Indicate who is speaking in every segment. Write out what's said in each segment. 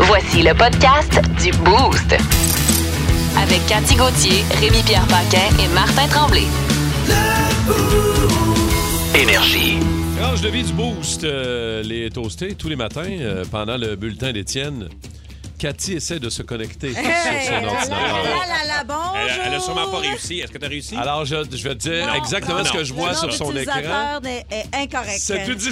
Speaker 1: Voici le podcast du Boost. Avec Cathy Gauthier, Rémi-Pierre Paquin et Martin Tremblay.
Speaker 2: Énergie.
Speaker 3: Tranche de vie du boost, euh, les toastés, tous les matins, euh, pendant le bulletin d'Étienne, Cathy essaie de se connecter sur son ordinateur.
Speaker 4: là, là, bonjour.
Speaker 5: Elle, elle a sûrement pas réussi. Est-ce que tu as réussi?
Speaker 3: Alors, je, Ah, je vais te dire
Speaker 4: Non.
Speaker 3: exactement
Speaker 5: Non,
Speaker 3: ce que
Speaker 5: non.
Speaker 3: je
Speaker 4: Le
Speaker 3: vois
Speaker 4: nombre
Speaker 3: sur son écran.
Speaker 4: d'utilisateurs est, est incorrect.
Speaker 3: C'est tout dit.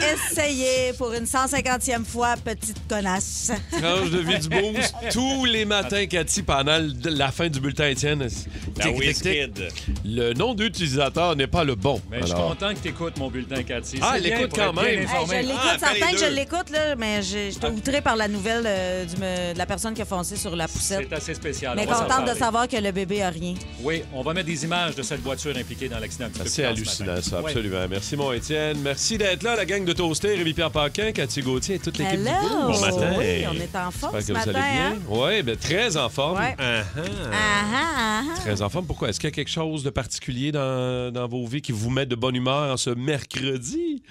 Speaker 4: Réessayez pour une 150e fois, petite connasse.
Speaker 3: Tranche de vie du boost, tous les matins, Cathy, pendant le- la fin du bulletin Étienne.
Speaker 5: La
Speaker 3: Tic, tic,
Speaker 5: Whiz
Speaker 3: tic.
Speaker 5: Kid.
Speaker 3: Le nom d'utilisateur n'est pas le bon.
Speaker 6: Mais je suis
Speaker 3: Alors,
Speaker 6: content que tu écoutes mon bulletin, Cathy.
Speaker 3: Ah,
Speaker 6: C'est
Speaker 3: elle
Speaker 6: bien
Speaker 3: écoute
Speaker 6: pour
Speaker 3: quand
Speaker 6: être bien
Speaker 3: même.
Speaker 4: Hey,
Speaker 6: informée.
Speaker 4: je l'écoute,
Speaker 5: Ah, elle fait
Speaker 4: certain
Speaker 5: les
Speaker 4: que je
Speaker 5: deux.
Speaker 4: l'écoute, là, mais je- j'étais outrée par la nouvelle euh, du me- de la personne qui a foncé sur la poussette.
Speaker 6: C'est assez spécial.
Speaker 4: Mais
Speaker 6: On va s'en
Speaker 4: contente de
Speaker 6: parler.
Speaker 4: savoir que le bébé a rien.
Speaker 6: Oui, on va mettre des images de cette voiture impliquée dans l'accident. un petit peu
Speaker 3: c'est
Speaker 6: plus tard ce matin.
Speaker 3: hallucinant, ça,
Speaker 6: Ouais.
Speaker 3: absolument. Merci, mon Étienne. Merci d'être là, la gang de toastés, Rémi-Pierre Paquin, Cathy Gauthier et toute l'équipe du
Speaker 4: Hello!
Speaker 3: boost.
Speaker 5: matin.
Speaker 4: Oui, on est en forme
Speaker 3: J'espère
Speaker 4: ce
Speaker 3: que vous
Speaker 4: matin.
Speaker 3: allez bien.
Speaker 4: hein?
Speaker 3: Oui, bien, ben, très en forme.
Speaker 4: Ouais.
Speaker 5: Ah, ah.
Speaker 4: Ah, ah, ah, ah.
Speaker 3: Très en forme. Pourquoi? Est-ce qu'il y a quelque chose de particulier dans, dans vos vies qui vous met de bonne humeur en ce mercredi?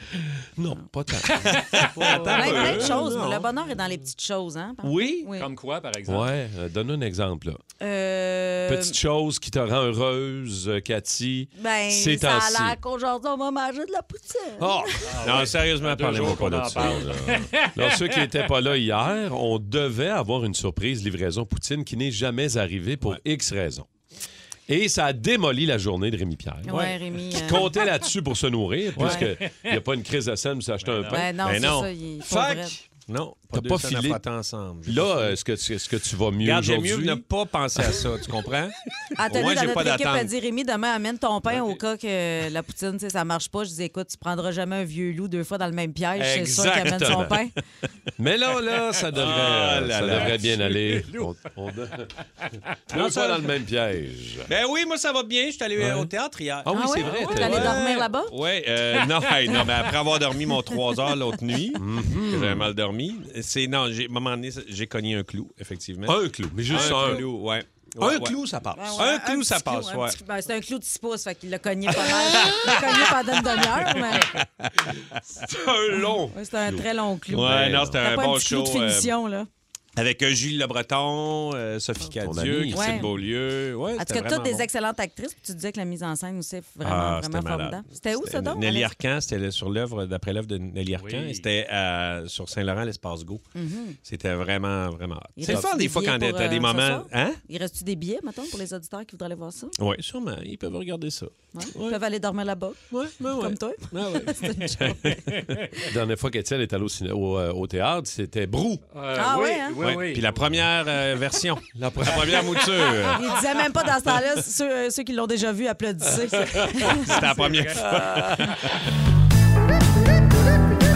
Speaker 3: Non, pas tant.
Speaker 4: ah. Plein, plein de
Speaker 5: euh,
Speaker 4: choses.
Speaker 5: non.
Speaker 4: mais Le bonheur est dans les petites choses. Hein?
Speaker 3: Oui?
Speaker 4: Oui.
Speaker 6: Comme quoi, par exemple?
Speaker 3: Ouais, euh, donne un exemple. là.
Speaker 4: Euh,
Speaker 3: Petite chose qui te rend heureuse, euh, Cathy.
Speaker 4: ben,
Speaker 3: ces
Speaker 4: ça a
Speaker 3: temps-ci.
Speaker 4: l'air qu'aujourd'hui, on va manger de la poutine.
Speaker 5: Ah!
Speaker 3: Oh!
Speaker 5: Non, sérieusement,
Speaker 6: Ah deux
Speaker 5: parlez-moi
Speaker 6: jours
Speaker 5: pas
Speaker 6: qu'on en
Speaker 5: de ça.
Speaker 6: parle.
Speaker 5: là.
Speaker 3: Alors, ceux qui n'étaient pas là hier, on devait avoir une surprise livraison Poutine qui n'est jamais arrivée pour X raisons. Et ça a démoli la journée de Rémi-Pierre.
Speaker 4: Ouais, Rémi.
Speaker 3: Qui
Speaker 4: euh,
Speaker 3: comptait là-dessus pour se nourrir, puisque il n'y a pas une crise de scène, ça acheter un pain.
Speaker 4: ben non,
Speaker 5: Ben
Speaker 4: c'est
Speaker 5: non.
Speaker 4: ça. Il est pas vrai.
Speaker 3: Fac!
Speaker 5: Non,
Speaker 3: T'as
Speaker 5: pas deux
Speaker 3: pas
Speaker 5: scènes à
Speaker 3: filé.
Speaker 5: frotter ensemble. J'ai pas
Speaker 3: Là,
Speaker 5: filé.
Speaker 3: est-ce que, tu- est-ce que tu vas mieux
Speaker 5: Regarde, j'aime mieux
Speaker 3: aujourd'hui?
Speaker 5: ne pas penser à ça, tu comprends?
Speaker 4: Anthony,
Speaker 5: Moi,
Speaker 4: dans
Speaker 5: j'ai
Speaker 4: notre
Speaker 5: pas
Speaker 4: équipe, a
Speaker 5: d'attente.
Speaker 4: dit Rémi, demain, amène ton pain au cas que la poutine, tu sais, ça marche pas. Je dis, écoute, tu prendras jamais un vieux loup deux fois dans le même piège. C'est sûr qu'il amène son
Speaker 3: Exactement.
Speaker 4: pain.
Speaker 3: Mais là, là, ça devrait,
Speaker 5: Ah là
Speaker 3: ça
Speaker 5: là.
Speaker 3: devrait bien aller. On, on- Deux fois dans le même piège.
Speaker 5: Ben oui, moi, ça va bien. Je suis allé euh, au théâtre hier.
Speaker 3: Ah oui,
Speaker 4: Ah
Speaker 3: c'est
Speaker 4: ouais?
Speaker 3: vrai.
Speaker 4: Ah ouais,
Speaker 3: t'es-
Speaker 4: t'allais
Speaker 3: Ouais.
Speaker 4: dans- dormir là-bas?
Speaker 5: Oui, euh, non, hey, non, mais après avoir dormi mon 3 heures l'autre nuit,
Speaker 3: Mhm.
Speaker 5: que j'avais mal dormi, c'est. Non, j'ai, à un moment donné, j'ai cogné un clou, effectivement.
Speaker 3: Un clou, mais juste un.
Speaker 5: clou, ouais.
Speaker 3: Un
Speaker 5: Ouais, ouais.
Speaker 3: clou, ça
Speaker 4: Ben
Speaker 3: passe.
Speaker 5: Un clou, ça passe, ouais.
Speaker 4: c'est un clou de 6 pouces, fait qu'il l'a cogné pas mal. Il l'a cogné pendant une demi-heure, mais
Speaker 3: Un long.
Speaker 4: ouais, c'est un très long clou.
Speaker 5: Ouais, non, c'était
Speaker 4: T'as
Speaker 5: un
Speaker 4: pas
Speaker 5: bon
Speaker 4: un petit
Speaker 5: show.
Speaker 4: clou de
Speaker 5: euh,
Speaker 4: finition, là.
Speaker 5: avec euh, Gilles Le Breton, euh, Sophie Cadieux,
Speaker 3: ami.
Speaker 5: Christine
Speaker 4: Ouais.
Speaker 5: Beaulieu. Ouais,
Speaker 4: En tout cas,
Speaker 5: c'était
Speaker 4: toutes
Speaker 5: vraiment
Speaker 4: des
Speaker 5: bon.
Speaker 4: excellentes actrices. puis Tu disais que la mise en scène aussi est vraiment,
Speaker 5: Ah, c'était
Speaker 4: vraiment
Speaker 5: malade.
Speaker 4: formidable. C'était où, ça,
Speaker 5: C'était
Speaker 4: donc?
Speaker 5: Nelly
Speaker 4: Alex?
Speaker 5: Arcan, c'était le- sur l'œuvre d'après l'œuvre de Nelly Arcan.
Speaker 6: Oui.
Speaker 5: et C'était euh, sur Saint-Laurent, l'espace Go. C'était vraiment, vraiment. hot.
Speaker 4: Mm-hmm. Il
Speaker 5: C'est le
Speaker 4: reste
Speaker 5: fun des
Speaker 4: des
Speaker 5: fois quand
Speaker 4: billets
Speaker 5: t'as
Speaker 4: pour,
Speaker 5: t'as des
Speaker 4: euh, ce
Speaker 5: moments.
Speaker 4: soir?
Speaker 5: Hein?
Speaker 4: Il reste-tu des billets, mettons, pour les auditeurs qui voudraient aller voir ça?
Speaker 5: Oui, sûrement. Ils peuvent regarder ça.
Speaker 4: Ouais. Ils peuvent aller dormir là-bas,
Speaker 5: Oui, oui, oui.
Speaker 4: comme toi. C'est une joke.
Speaker 3: La dernière fois qu'Étienne est allé au, ciné- au, euh, au théâtre, c'était Brou.
Speaker 6: Euh,
Speaker 4: Ah
Speaker 6: oui,
Speaker 4: ouais, hein?
Speaker 6: oui,
Speaker 5: Ouais.
Speaker 6: oui.
Speaker 5: Puis la première euh, version, la, pre- la première mouture,
Speaker 4: Il disait même pas dans ce temps-là, ceux, euh, ceux qui l'ont déjà vu applaudissaient.
Speaker 5: c'était la première fois.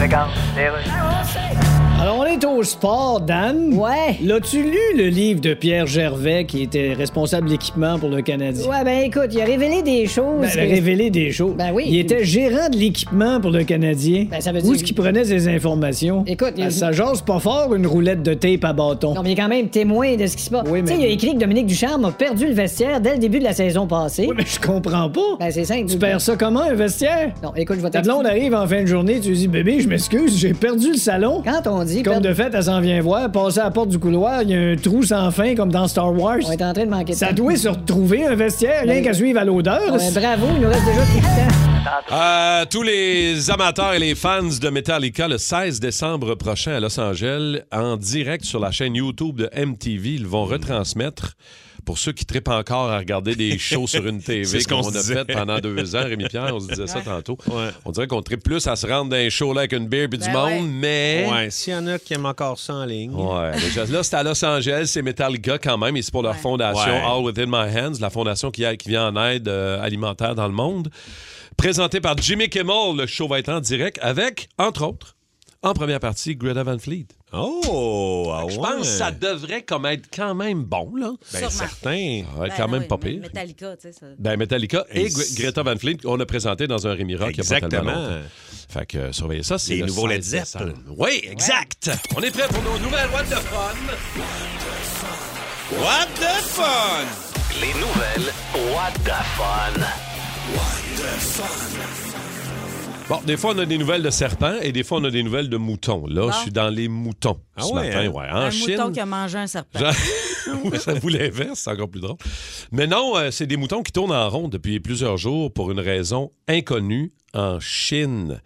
Speaker 7: Alors, on est au sport, Dan.
Speaker 8: Ouais.
Speaker 7: L'as-tu lu le livre de Pierre Gervais, qui était responsable d'équipement pour le Canadien?
Speaker 8: Ouais, ben écoute, il a révélé des choses.
Speaker 7: Ben,
Speaker 8: que-
Speaker 7: il a révélé des choses.
Speaker 8: Ben oui.
Speaker 7: Il était gérant de l'équipement pour le Canadien.
Speaker 8: Ben, ça veut dire-
Speaker 7: Où est-ce qu'il prenait ses informations?
Speaker 8: Écoute,
Speaker 7: Ben,
Speaker 8: il-
Speaker 7: ça jase pas fort une roulette de tape à bâton.
Speaker 8: Non, mais il est quand même témoin de ce qui se passe.
Speaker 7: Oui,
Speaker 8: Tu sais,
Speaker 7: mais-
Speaker 8: il a écrit que Dominique Ducharme a perdu le vestiaire dès le début de la saison passée.
Speaker 7: Oui, mais je comprends pas.
Speaker 8: Ben, c'est simple.
Speaker 7: tu perds ça comment, un vestiaire?
Speaker 8: Non, écoute, je vais
Speaker 7: Ta blonde
Speaker 8: t'expliquer.
Speaker 7: arrive en fin de journée, tu lui dis, bébé, je m'excuse, j'ai perdu le salon.
Speaker 8: Quand on dit.
Speaker 7: Comme
Speaker 8: perdre-
Speaker 7: de fait, elle s'en vient voir, passer à la porte du couloir, il y a un trou sans fin comme dans Star Wars.
Speaker 8: On est en train de manquer de
Speaker 7: Ça
Speaker 8: temps.
Speaker 7: doit se retrouver un vestiaire, rien
Speaker 8: Ben,
Speaker 7: qu'à suivre à l'odeur.
Speaker 8: Ouais, bravo, il nous reste déjà tout le temps.
Speaker 3: Euh, tous les amateurs et les fans de Metallica, le 16 décembre prochain à Los Angeles, en direct sur la chaîne YouTube de MTV, ils
Speaker 5: Hmm.
Speaker 3: vont retransmettre. Pour ceux qui trippent encore à regarder des shows sur une
Speaker 5: C'est
Speaker 3: TV
Speaker 5: ce
Speaker 3: comme
Speaker 5: qu'on
Speaker 3: on
Speaker 5: se
Speaker 3: a
Speaker 5: disait.
Speaker 3: fait pendant deux ans, Rémi Pierre, on se disait ça tantôt.
Speaker 5: Ouais. Ben
Speaker 3: On dirait qu'on trippe plus à se rendre dans un show là avec une
Speaker 4: Ben
Speaker 3: bière puis du monde, mais.
Speaker 5: Ouais, s'il y en a qui aiment encore ça en ligne.
Speaker 3: Ouais, mais je- là, c'est à Los Angeles, c'est Metallica quand même, et c'est pour leur fondation
Speaker 5: Ouais.
Speaker 3: All Within My Hands, la fondation qui, a- qui vient en aide euh, alimentaire dans le monde. Présenté par Jimmy Kimmel, le show va être en direct avec, entre autres, en première partie, Greta Van Fleet.
Speaker 5: Oh, ah ouais.
Speaker 3: Je pense que ça devrait comme être quand même bon, là.
Speaker 5: Ben, certain.
Speaker 3: Ça
Speaker 4: Ben
Speaker 3: va être quand même pas pire.
Speaker 4: Metallica, tu sais. Ça...
Speaker 3: Ben, Metallica et
Speaker 5: Et
Speaker 3: Gre-
Speaker 5: c-
Speaker 3: Greta Van Fleet, on a présenté dans un Rémi Rock il y a pas tellement
Speaker 5: Exactement.
Speaker 3: longtemps. Fait que euh, surveillez ça, c'est
Speaker 5: Les
Speaker 3: le
Speaker 5: nouveaux Led
Speaker 3: 16 décembre.
Speaker 5: Zeppelin.
Speaker 3: Oui, exact. On est prêt pour nos nouvelles What the Fun.
Speaker 5: What the fun!
Speaker 2: Les nouvelles. What the fun.
Speaker 3: Bon, des fois, on a des nouvelles de serpents et des fois, on a des nouvelles de moutons. Là, je suis dans les moutons
Speaker 5: Ah
Speaker 3: ce
Speaker 5: ouais,
Speaker 3: matin.
Speaker 5: hein?
Speaker 3: ouais. En
Speaker 4: Un
Speaker 3: Chine,
Speaker 4: mouton qui a mangé un serpent.
Speaker 3: Genre- ça vous l'inverse, c'est encore plus drôle. Mais non, euh, c'est des moutons qui tournent en rond depuis plusieurs jours pour une raison inconnue en Chine.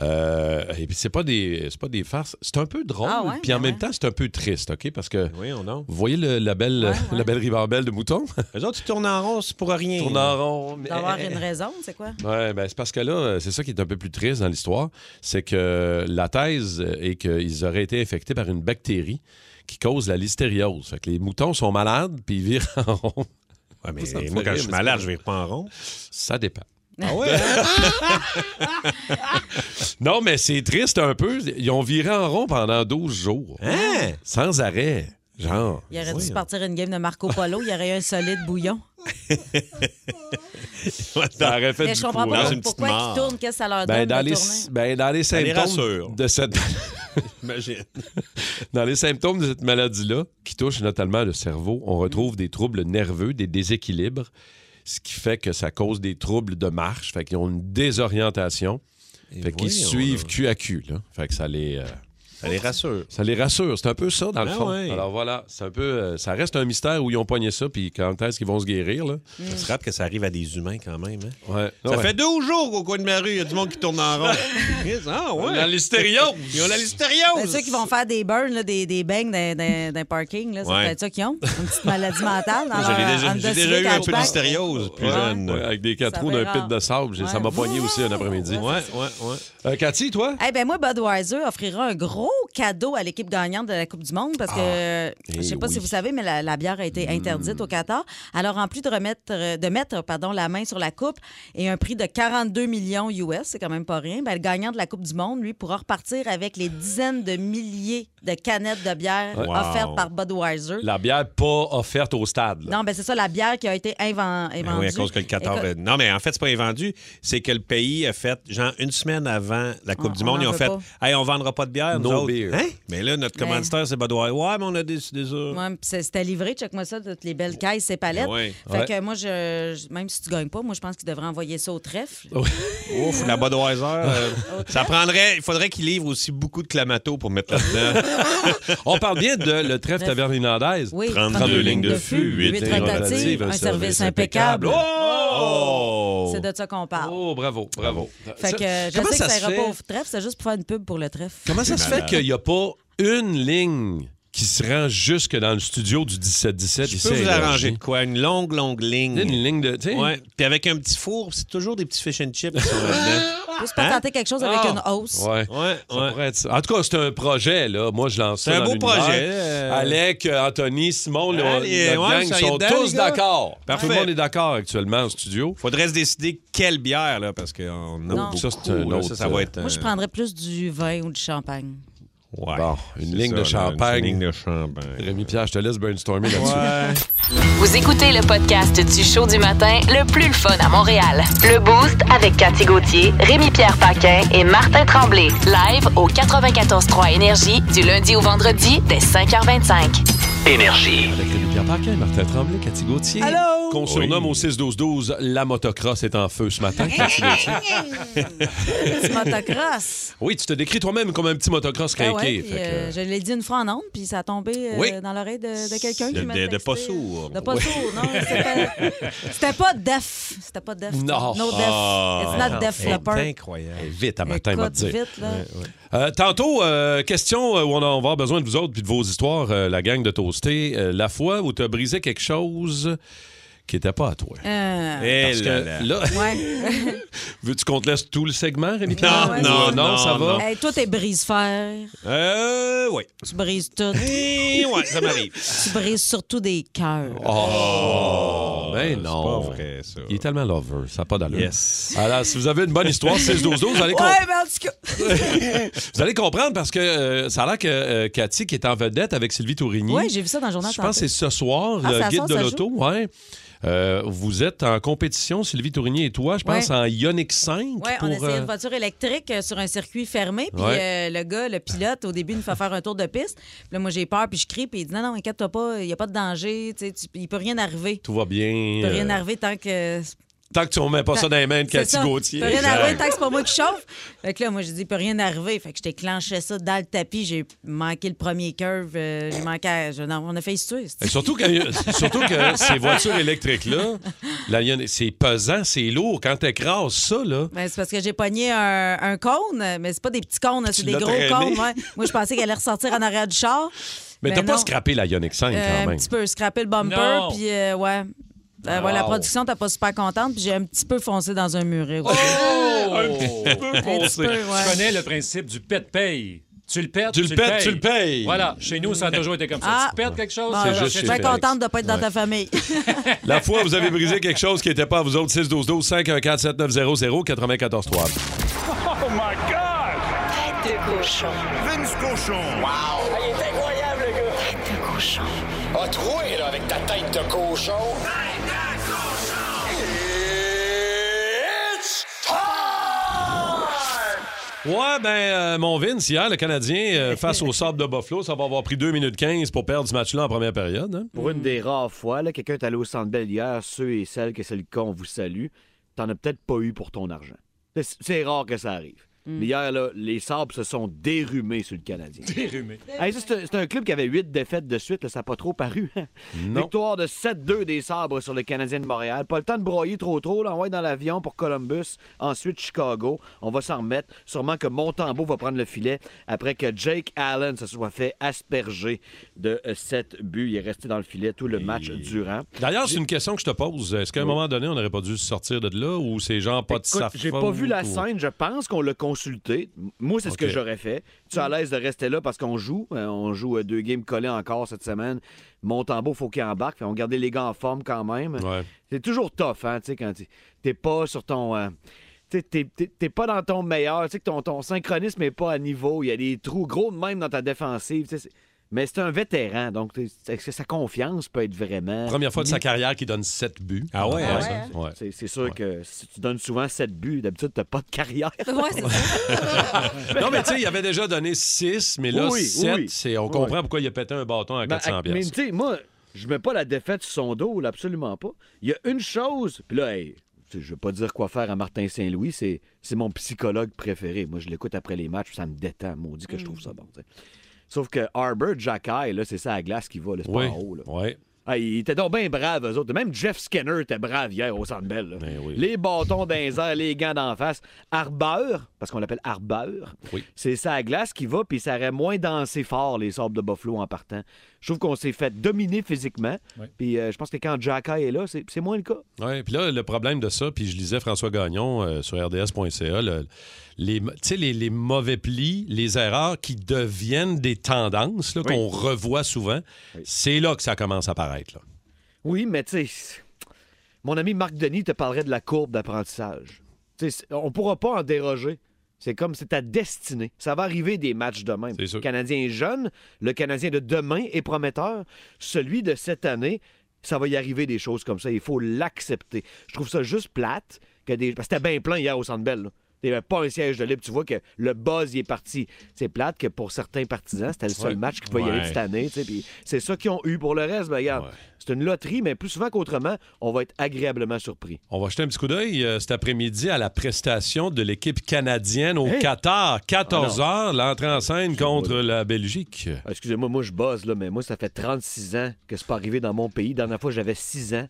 Speaker 3: Euh, et puis c'est pas des c'est pas des farces, c'est un peu drôle,
Speaker 4: Ah ouais,
Speaker 3: puis en
Speaker 4: ben
Speaker 3: même
Speaker 4: ouais.
Speaker 3: temps c'est un peu triste, OK parce que
Speaker 5: Oui, on a.
Speaker 3: vous voyez le- la belle
Speaker 4: Ouais, ouais.
Speaker 3: la belle ribambelle de moutons
Speaker 5: Eux autres, ils tournent en rond, c'est pour rien.
Speaker 3: tourne en rond. mais-
Speaker 4: D'avoir une raison, c'est quoi?
Speaker 3: Ouais, ben c'est parce que là, euh, c'est ça qui est un peu plus triste dans l'histoire, c'est que la thèse est qu'ils auraient été infectés par une bactérie qui cause la listériose. Fait que les moutons sont malades, puis ils virent en rond.
Speaker 5: Ouais, mais
Speaker 3: Ça me fait
Speaker 5: moi, quand
Speaker 3: rire,
Speaker 5: je suis
Speaker 3: mais c'est
Speaker 5: malade,
Speaker 3: pas-
Speaker 5: je vire pas en rond.
Speaker 3: Ça dépend.
Speaker 5: Ah ouais? hein?
Speaker 3: Non, mais c'est triste un peu. Ils ont viré en rond pendant 12 jours.
Speaker 5: hein?
Speaker 3: Sans arrêt. Genre.
Speaker 4: Il aurait dû se partir une game de Marco Polo, il y aurait eu un solide bouillon.
Speaker 3: Ça aurait fait
Speaker 4: Mais
Speaker 3: du
Speaker 4: je comprends
Speaker 3: coup,
Speaker 5: dans
Speaker 4: pas
Speaker 5: une
Speaker 3: hein.
Speaker 5: petite
Speaker 4: pourquoi
Speaker 5: mort.
Speaker 4: ils tournent, qu'est-ce que ça leur donne
Speaker 3: Ben, dans,
Speaker 4: de
Speaker 3: les,
Speaker 4: tourner.
Speaker 3: ben, dans les
Speaker 5: les
Speaker 3: symptômes
Speaker 5: rassure.
Speaker 3: de cette
Speaker 5: Imagine.
Speaker 3: Dans les symptômes de cette maladie-là, qui touche notamment le cerveau, on retrouve des troubles nerveux, des déséquilibres, ce qui fait que ça cause des troubles de marche, fait qu'ils ont une désorientation, fait qu'ils
Speaker 5: voyons,
Speaker 3: suivent
Speaker 5: là.
Speaker 3: cul à cul, là. fait que ça les, euh,
Speaker 5: Ça les rassure.
Speaker 3: ça les rassure. C'est un peu ça, dans le
Speaker 5: Ah
Speaker 3: fond.
Speaker 5: ouais.
Speaker 3: Alors voilà, c'est un peu, euh, ça reste un mystère où ils ont pogné ça, puis quand est-ce qu'ils vont se guérir, là?
Speaker 4: Mm.
Speaker 5: Ça se rappelle que ça arrive à des humains quand même. hein?
Speaker 3: Ah Ouais.
Speaker 5: Ça fait 12 jours qu'au coin de ma rue, il y a du monde qui tourne en rond. Chris, ah ouais?
Speaker 3: La listériose.
Speaker 5: Ils ont la
Speaker 4: Ben,
Speaker 5: listériose!
Speaker 4: ceux qui vont faire des burns, là, des, des bangs dans, dans, dans les parkings, là, c'est
Speaker 5: Ouais.
Speaker 4: peut-être ça qu'ils ont. Une petite maladie mentale. Dans
Speaker 5: J'ai
Speaker 4: leur
Speaker 5: déjà,
Speaker 4: Honda
Speaker 5: j'ai déjà
Speaker 4: Civic
Speaker 5: eu un peu de
Speaker 4: hatchback.
Speaker 5: listériose plus
Speaker 4: Ouais.
Speaker 5: jeune. Ouais,
Speaker 3: avec des quatre
Speaker 4: Ça
Speaker 3: roues d'un
Speaker 4: fait
Speaker 3: pit de sable, j'ai- ça
Speaker 4: Ouais.
Speaker 3: m'a pogné aussi un après-midi.
Speaker 5: ouais, ouais.
Speaker 3: Euh, Cathy, toi?
Speaker 4: Eh ben moi, Budweiser offrira un gros cadeau à l'équipe gagnante de la Coupe du Monde parce que euh, je sais
Speaker 3: eh
Speaker 4: pas si
Speaker 3: oui.
Speaker 4: vous savez, mais la, la bière a été interdite au Qatar. Alors, en plus de remettre, euh, de mettre pardon, la main sur la coupe et un prix de 42 millions US, c'est quand même pas rien, ben, le gagnant de la Coupe du Monde, lui, pourra repartir avec les dizaines de milliers de canettes de bière
Speaker 5: Wow.
Speaker 4: offertes par Budweiser.
Speaker 3: La bière pas offerte au stade. là.
Speaker 4: Non, ben c'est ça, la bière qui a été inven-
Speaker 5: Ben
Speaker 4: invendue.
Speaker 5: oui, à cause que le 14.
Speaker 4: Écoute,
Speaker 5: Non, mais en fait, c'est pas vendu. C'est que le pays a fait, genre, une semaine avant la Coupe
Speaker 4: On-
Speaker 5: du
Speaker 4: on
Speaker 5: Monde,
Speaker 4: en
Speaker 5: ils ont
Speaker 4: veut
Speaker 5: fait
Speaker 4: pas. Ben.
Speaker 5: Hey, on vendra pas de bière, nous
Speaker 3: No
Speaker 5: autres.
Speaker 3: beer.
Speaker 5: Hein? Mais là, notre commanditaire, c'est Budweiser. Ouais, mais on a décidé ça.
Speaker 4: Ouais, puis c'est- c'était livré, check-moi ça, toutes les belles caisses, ces palettes.
Speaker 5: Ben Ouais.
Speaker 4: Fait
Speaker 3: Ouais.
Speaker 4: que moi, je, je- même si tu gagnes pas, moi, je pense qu'ils devraient envoyer ça au trèfle.
Speaker 5: Ouf, la Budweiser. euh, ça prendrait. Il faudrait qu'il livre aussi beaucoup de clamato pour mettre là-dedans.
Speaker 3: On parle bien de le trèfle taverne irlandaise.
Speaker 4: Oui,
Speaker 5: 32 lignes de fût, huit
Speaker 4: huit
Speaker 5: lignes
Speaker 4: rotatives, un service impeccable.
Speaker 5: Oh!
Speaker 4: C'est de ça qu'on parle.
Speaker 3: Oh, bravo, bravo.
Speaker 4: Fait que euh, je
Speaker 3: Comment
Speaker 4: sais que
Speaker 3: ça
Speaker 4: ça
Speaker 3: se
Speaker 4: ira pas
Speaker 3: fait?
Speaker 4: au trèfle, c'est juste pour faire une pub pour le trèfle.
Speaker 3: Comment ça se fait
Speaker 5: malade.
Speaker 3: qu'il n'y a pas une ligne qui se rend jusque dans le studio du 17-17
Speaker 5: Je
Speaker 3: ici
Speaker 5: peux
Speaker 3: à
Speaker 5: vous
Speaker 3: Énergie?
Speaker 5: arranger de quoi? Une longue, longue ligne.
Speaker 3: Une ligne de. tu sais,
Speaker 5: Ouais. Puis avec un petit four, c'est toujours des petits fish and chips qui sont là-dedans.
Speaker 4: Juste pour
Speaker 5: Hein?
Speaker 4: tenter quelque chose avec
Speaker 5: Ah!
Speaker 4: une hausse.
Speaker 3: Ouais.
Speaker 5: Ouais,
Speaker 3: Ça
Speaker 5: ouais.
Speaker 3: pourrait être ça. En tout cas, c'est un projet, là. Moi, je lance ça.
Speaker 5: C'est un
Speaker 3: dans
Speaker 5: beau
Speaker 3: l'univers.
Speaker 5: projet, euh.
Speaker 3: Alec, euh, Anthony, Simon, le-
Speaker 5: Allez,
Speaker 3: notre
Speaker 5: ouais,
Speaker 3: gang,
Speaker 5: ça y est
Speaker 3: sont
Speaker 5: dedans,
Speaker 3: tous
Speaker 5: les gars.
Speaker 3: d'accord. Tout le
Speaker 5: Parfait.
Speaker 3: monde est d'accord actuellement au studio.
Speaker 5: Faudrait se décider quelle bière, là, parce qu'on a
Speaker 4: Non.
Speaker 5: beaucoup.
Speaker 3: Ça, c'est un
Speaker 5: là.
Speaker 3: autre,
Speaker 5: Ça, ça va être.
Speaker 4: Moi, je
Speaker 5: euh,
Speaker 4: prendrais plus du vin ou du champagne.
Speaker 5: ouais.
Speaker 3: Bon, une
Speaker 5: C'est
Speaker 3: ligne de
Speaker 5: là,
Speaker 3: champagne.
Speaker 5: Une ligne de champagne.
Speaker 3: Rémi-Pierre, je te laisse brainstormer là-dessus.
Speaker 1: Vous écoutez le podcast du show du matin le plus le fun à Montréal. Le Boost avec Cathy Gauthier, Rémi-Pierre Paquin et Martin Tremblay. Live au 94.3 Énergie du lundi au vendredi dès 5h25.
Speaker 2: Énergie.
Speaker 3: Avec Rémi-Pierre Paquin, Martin Tremblay, Cathy Gauthier.
Speaker 4: Allô?
Speaker 3: Qu'on surnomme au 6-12-12, la motocross est en feu ce matin.
Speaker 4: Hein?
Speaker 3: Cathy Gauthier.
Speaker 4: Petit motocross.
Speaker 3: oui, tu te décris toi-même comme un petit motocross
Speaker 4: Ah
Speaker 3: craqué.
Speaker 4: ouais, puis,
Speaker 3: fait que-
Speaker 4: euh, je l'ai dit une fois en ondes, puis ça a tombé euh,
Speaker 3: Oui.
Speaker 4: dans l'oreille de, de quelqu'un
Speaker 5: De-
Speaker 4: qui m'a
Speaker 5: de- de
Speaker 4: texté,
Speaker 5: pas
Speaker 4: euh,
Speaker 5: sourd.
Speaker 4: De pas sourd, non. c'était- C'était pas def. C'était pas def.
Speaker 3: Non.
Speaker 4: No def.
Speaker 5: Ah.
Speaker 4: It's not def, le peur.
Speaker 5: incroyable.
Speaker 3: Eh, Ah! vite, à matin, il va te
Speaker 4: Écoute,
Speaker 3: dire.
Speaker 4: vite, là.
Speaker 3: Euh, tantôt, euh, question euh, où on, a- on va avoir besoin de vous autres puis de vos histoires, euh, la gang de Toasté. Euh, la fois où tu as brisé quelque chose qui n'était pas à toi.
Speaker 4: Euh,
Speaker 5: Eh
Speaker 3: Parce
Speaker 5: là
Speaker 3: que
Speaker 5: là.
Speaker 3: là,
Speaker 4: ouais.
Speaker 3: veux-tu qu'on te laisse tout le segment, Rémi?
Speaker 5: Non,
Speaker 4: Ouais.
Speaker 5: non,
Speaker 3: Ou, euh,
Speaker 5: Ah, non,
Speaker 3: ça va.
Speaker 5: non.
Speaker 4: Hey, toi, t'es brise-fer.
Speaker 5: Euh, oui.
Speaker 4: Tu brises tout.
Speaker 5: Eh, ouais, ça m'arrive.
Speaker 4: tu brises surtout des cœurs.
Speaker 3: Oh, ben
Speaker 5: c'est
Speaker 3: non.
Speaker 5: pas vrai, ça.
Speaker 3: Il est tellement lover, ça n'a pas d'allure.
Speaker 5: Yes.
Speaker 3: Alors, si vous avez une bonne histoire, 6-12-12, vous allez com-
Speaker 4: Ouais, mais en tout cas.
Speaker 3: vous allez comprendre parce que euh, ça a l'air que euh, Cathy, qui est en vedette avec Sylvie Tourigny,
Speaker 4: Ouais, j'ai vu ça dans le journal.
Speaker 3: Je pense que
Speaker 4: tantôt.
Speaker 3: c'est ce soir,
Speaker 4: Ah, c'est
Speaker 3: le
Speaker 4: à
Speaker 3: guide
Speaker 4: soir,
Speaker 3: de
Speaker 4: ça
Speaker 3: l'auto. Ouais. Euh, vous êtes en compétition, Sylvie Tourigny et toi, je pense,
Speaker 4: Ouais.
Speaker 3: en Ioniq 5.
Speaker 4: Oui, on
Speaker 3: pour,
Speaker 4: essayait
Speaker 3: euh,
Speaker 4: une voiture électrique euh, sur un circuit fermé. Puis
Speaker 3: Ouais.
Speaker 4: euh, le gars, le pilote, au début, il nous fait faire un tour de piste. Puis là, moi, j'ai peur, puis je crie, puis il dit Non, non, inquiète-toi pas, il n'y a pas de danger, tu sais, tu- il peut rien arriver.
Speaker 3: Tout va bien.
Speaker 4: Il peut rien
Speaker 3: euh,
Speaker 4: arriver tant que.
Speaker 3: Tant que tu remets pas ça dans les mains de
Speaker 4: C'est
Speaker 3: Cathy
Speaker 4: ça.
Speaker 3: Gauthier.
Speaker 4: Peut rien arriver,
Speaker 3: Exact.
Speaker 4: tant que c'est pas moi qui chauffe. Fait que là, moi, j'ai dit, peut rien arriver. Fait que je déclenchais ça dans le tapis. J'ai manqué le premier curve. euh, j'ai manqué. à- je- non, on a failli se tuer. c'est-
Speaker 3: Et Euh, surtout, que, surtout que ces voitures électriques-là, la Lionel- c'est pesant, c'est lourd. Quand t'écrases ça, là,
Speaker 4: Ben, c'est parce que j'ai pogné un, un cône, mais c'est pas des petits cônes, là, c'est
Speaker 3: Tu
Speaker 4: des
Speaker 3: l'as
Speaker 4: gros
Speaker 3: traîné.
Speaker 4: cônes. ouais. Moi, je pensais qu'elle allait ressortir en arrière du char.
Speaker 3: mais t'as
Speaker 4: Ben
Speaker 3: pas
Speaker 4: non.
Speaker 3: scrappé la Ioniq 5
Speaker 4: Euh,
Speaker 3: quand
Speaker 4: un
Speaker 3: même.
Speaker 4: petit peu, scraper le bumper,
Speaker 6: Non.
Speaker 4: puis euh, ouais. Euh, ouais, La
Speaker 3: Wow.
Speaker 4: production, t'as pas super contente, puis j'ai un petit peu foncé dans un muret.
Speaker 6: Oh!
Speaker 4: ouais.
Speaker 3: Oh.
Speaker 6: Tu
Speaker 4: un petit peu, ouais.
Speaker 6: connais le principe du pète-paye. Ah, Tu le pètes,
Speaker 3: Tu le pètes, tu le payes.
Speaker 6: Voilà, chez nous, ça a toujours été comme ça.
Speaker 4: Ah.
Speaker 6: Tu pètes quelque chose,
Speaker 4: Bon,
Speaker 3: C'est
Speaker 4: alors,
Speaker 3: juste
Speaker 4: je suis
Speaker 3: chez
Speaker 4: bien
Speaker 3: Félix.
Speaker 4: contente de pas être dans
Speaker 3: Ouais.
Speaker 4: ta famille.
Speaker 3: La fois où vous avez brisé quelque chose qui n'était pas à vous autres, 6 12 12 514 7900 94 3.
Speaker 1: Tête de cochon.
Speaker 2: Vince Cochon.
Speaker 9: Ah, il est incroyable, le gars! Tête de cochon. Ah, troué, là, avec ta tête de cochon. Tête de cochon! It's time!
Speaker 3: Ouais, ben, euh, mon Vince, hier, le Canadien, euh, face au sable de Buffalo, ça va avoir pris 2 minutes 15 pour perdre ce match-là en première période. hein.
Speaker 10: Pour une des rares fois, là, quelqu'un est allé au centre belle hier, ceux et celles que c'est le con vous salue, t'en as peut-être pas eu pour ton argent. C'est- C'est rare que ça arrive.
Speaker 3: Hmm.
Speaker 10: Mais hier, là, les sables se sont dérumés sur le Canadien.
Speaker 6: Dérumé.
Speaker 10: Hey, ça, c'est un- c'est un club qui avait huit défaites de suite, là, ça n'a pas trop paru. Victoire de 7-2 des sabres sur le Canadien de Montréal. Pas le temps de broyer trop trop, là, on va être dans l'avion pour Columbus, ensuite Chicago. On va s'en remettre. Sûrement que Montembeau va prendre le filet après que Jake Allen se soit fait asperger de 7 buts. Il est resté dans le filet tout le match durant.
Speaker 3: D'ailleurs, c'est une question que je te pose. Est-ce qu'à un moment donné, on n'aurait pas dû se sortir de là ou c'est genre pas de
Speaker 10: Écoute,
Speaker 3: sa
Speaker 10: J'ai pas
Speaker 3: faute
Speaker 10: vu la
Speaker 3: ou-
Speaker 10: scène, je pense qu'on l'a consulté. M- Moi, c'est ce
Speaker 3: Ok.
Speaker 10: que j'aurais fait. Tu es à l'aise de rester là parce qu'on joue. Euh, on joue euh, deux games collés encore cette semaine. Montembeau, faut qu'il embarque. Fait, On gardait les gars en forme quand même.
Speaker 3: Ouais.
Speaker 10: C'est toujours tough, hein, tu sais, quand t'es- t'es pas sur ton. euh, t'sais, T'es t'es- t'es pas dans ton meilleur, tu sais que ton, ton synchronisme est pas à niveau, il y a des trous gros de même dans ta défensive. tu sais, c'est- Mais c'est un vétéran, donc t'es- est-ce que sa confiance peut être vraiment.
Speaker 3: Première fois de sa carrière qui donne 7 buts.
Speaker 5: Ah ouais, hein?
Speaker 3: ça? Ouais.
Speaker 10: C'est c'est sûr que si tu donnes souvent 7 buts, d'habitude, t'as pas de carrière.
Speaker 4: Ouais, c'est ça.
Speaker 3: Non, mais tu sais, il avait déjà donné 6, mais là,
Speaker 10: Oui,
Speaker 3: 7,
Speaker 10: oui.
Speaker 3: on
Speaker 10: Oui.
Speaker 3: comprend pourquoi il a pété un bâton à
Speaker 10: Ben,
Speaker 3: 400
Speaker 10: à- Mais
Speaker 3: pièces.
Speaker 10: tu sais, moi, je mets pas la défaite sur son dos, là, absolument pas. Il y a une chose, puis là, hey, tu sais, je veux pas dire quoi faire à Martin Saint-Louis, c'est, c'est mon psychologue préféré. Moi, je l'écoute après les matchs, ça me détend, maudit que je trouve ça bon. tu sais. Sauf que Arbor Jacky, là, c'est ça à glace qui va, là, c'est
Speaker 3: Oui,
Speaker 10: pas en haut. Là.
Speaker 3: oui.
Speaker 10: Ah, ils étaient donc bien braves, eux autres. Même Jeff Skinner était brave hier au Centre Bell. là.
Speaker 3: Ben oui.
Speaker 10: Les bâtons dans les airs, les gants d'en face. Arbeur, parce qu'on l'appelle Arbeur,
Speaker 3: Oui.
Speaker 10: c'est sa glace qui va, puis ça aurait moins dansé fort les sables de Buffalo en partant. Je trouve qu'on s'est fait dominer physiquement,
Speaker 6: Oui.
Speaker 10: puis euh, je pense que quand Jacka est là, c'est c'est moins le cas.
Speaker 3: Ouais, puis là, le problème de ça, puis je lisais François Gagnon euh, sur RDS.ca, le- les, tu sais, les, les mauvais plis, les erreurs qui deviennent des tendances là,
Speaker 10: Oui.
Speaker 3: qu'on revoit souvent, c'est là que ça commence à paraître. là.
Speaker 10: Oui, mais tu sais, mon ami Marc Denis te parlerait de la courbe d'apprentissage. Tu sais, c'est- on pourra pas en déroger. C'est comme c'est ta destinée. Ça va arriver des matchs de même.
Speaker 3: C'est sûr.
Speaker 10: Le Canadien est jeune, le Canadien de demain est prometteur. Celui de cette année, ça va y arriver des choses comme ça. Il faut l'accepter. Je trouve ça juste plate que des. Parce que c'était bien plein hier au Centre Bell. là. Il n'y avait pas un siège de libre. Tu vois que le buzz il est parti. C'est plate que pour certains partisans, c'était le seul
Speaker 3: Ouais.
Speaker 10: match qui pouvait y aller
Speaker 3: Ouais.
Speaker 10: cette année. tu sais, puis C'est ça qu'ils ont eu pour le reste. Ben, regarde,
Speaker 3: Ouais.
Speaker 10: c'est une loterie, mais plus souvent qu'autrement, on va être agréablement surpris.
Speaker 3: On va jeter un petit coup d'œil euh, cet après-midi à la prestation de l'équipe canadienne au Qatar. 14 heures, l'entrée en scène contre la Belgique.
Speaker 10: Ah, Excusez-moi, moi je buzz, là, mais moi, ça fait 36 ans que c'est pas arrivé dans mon pays. Dernière fois, j'avais 6 ans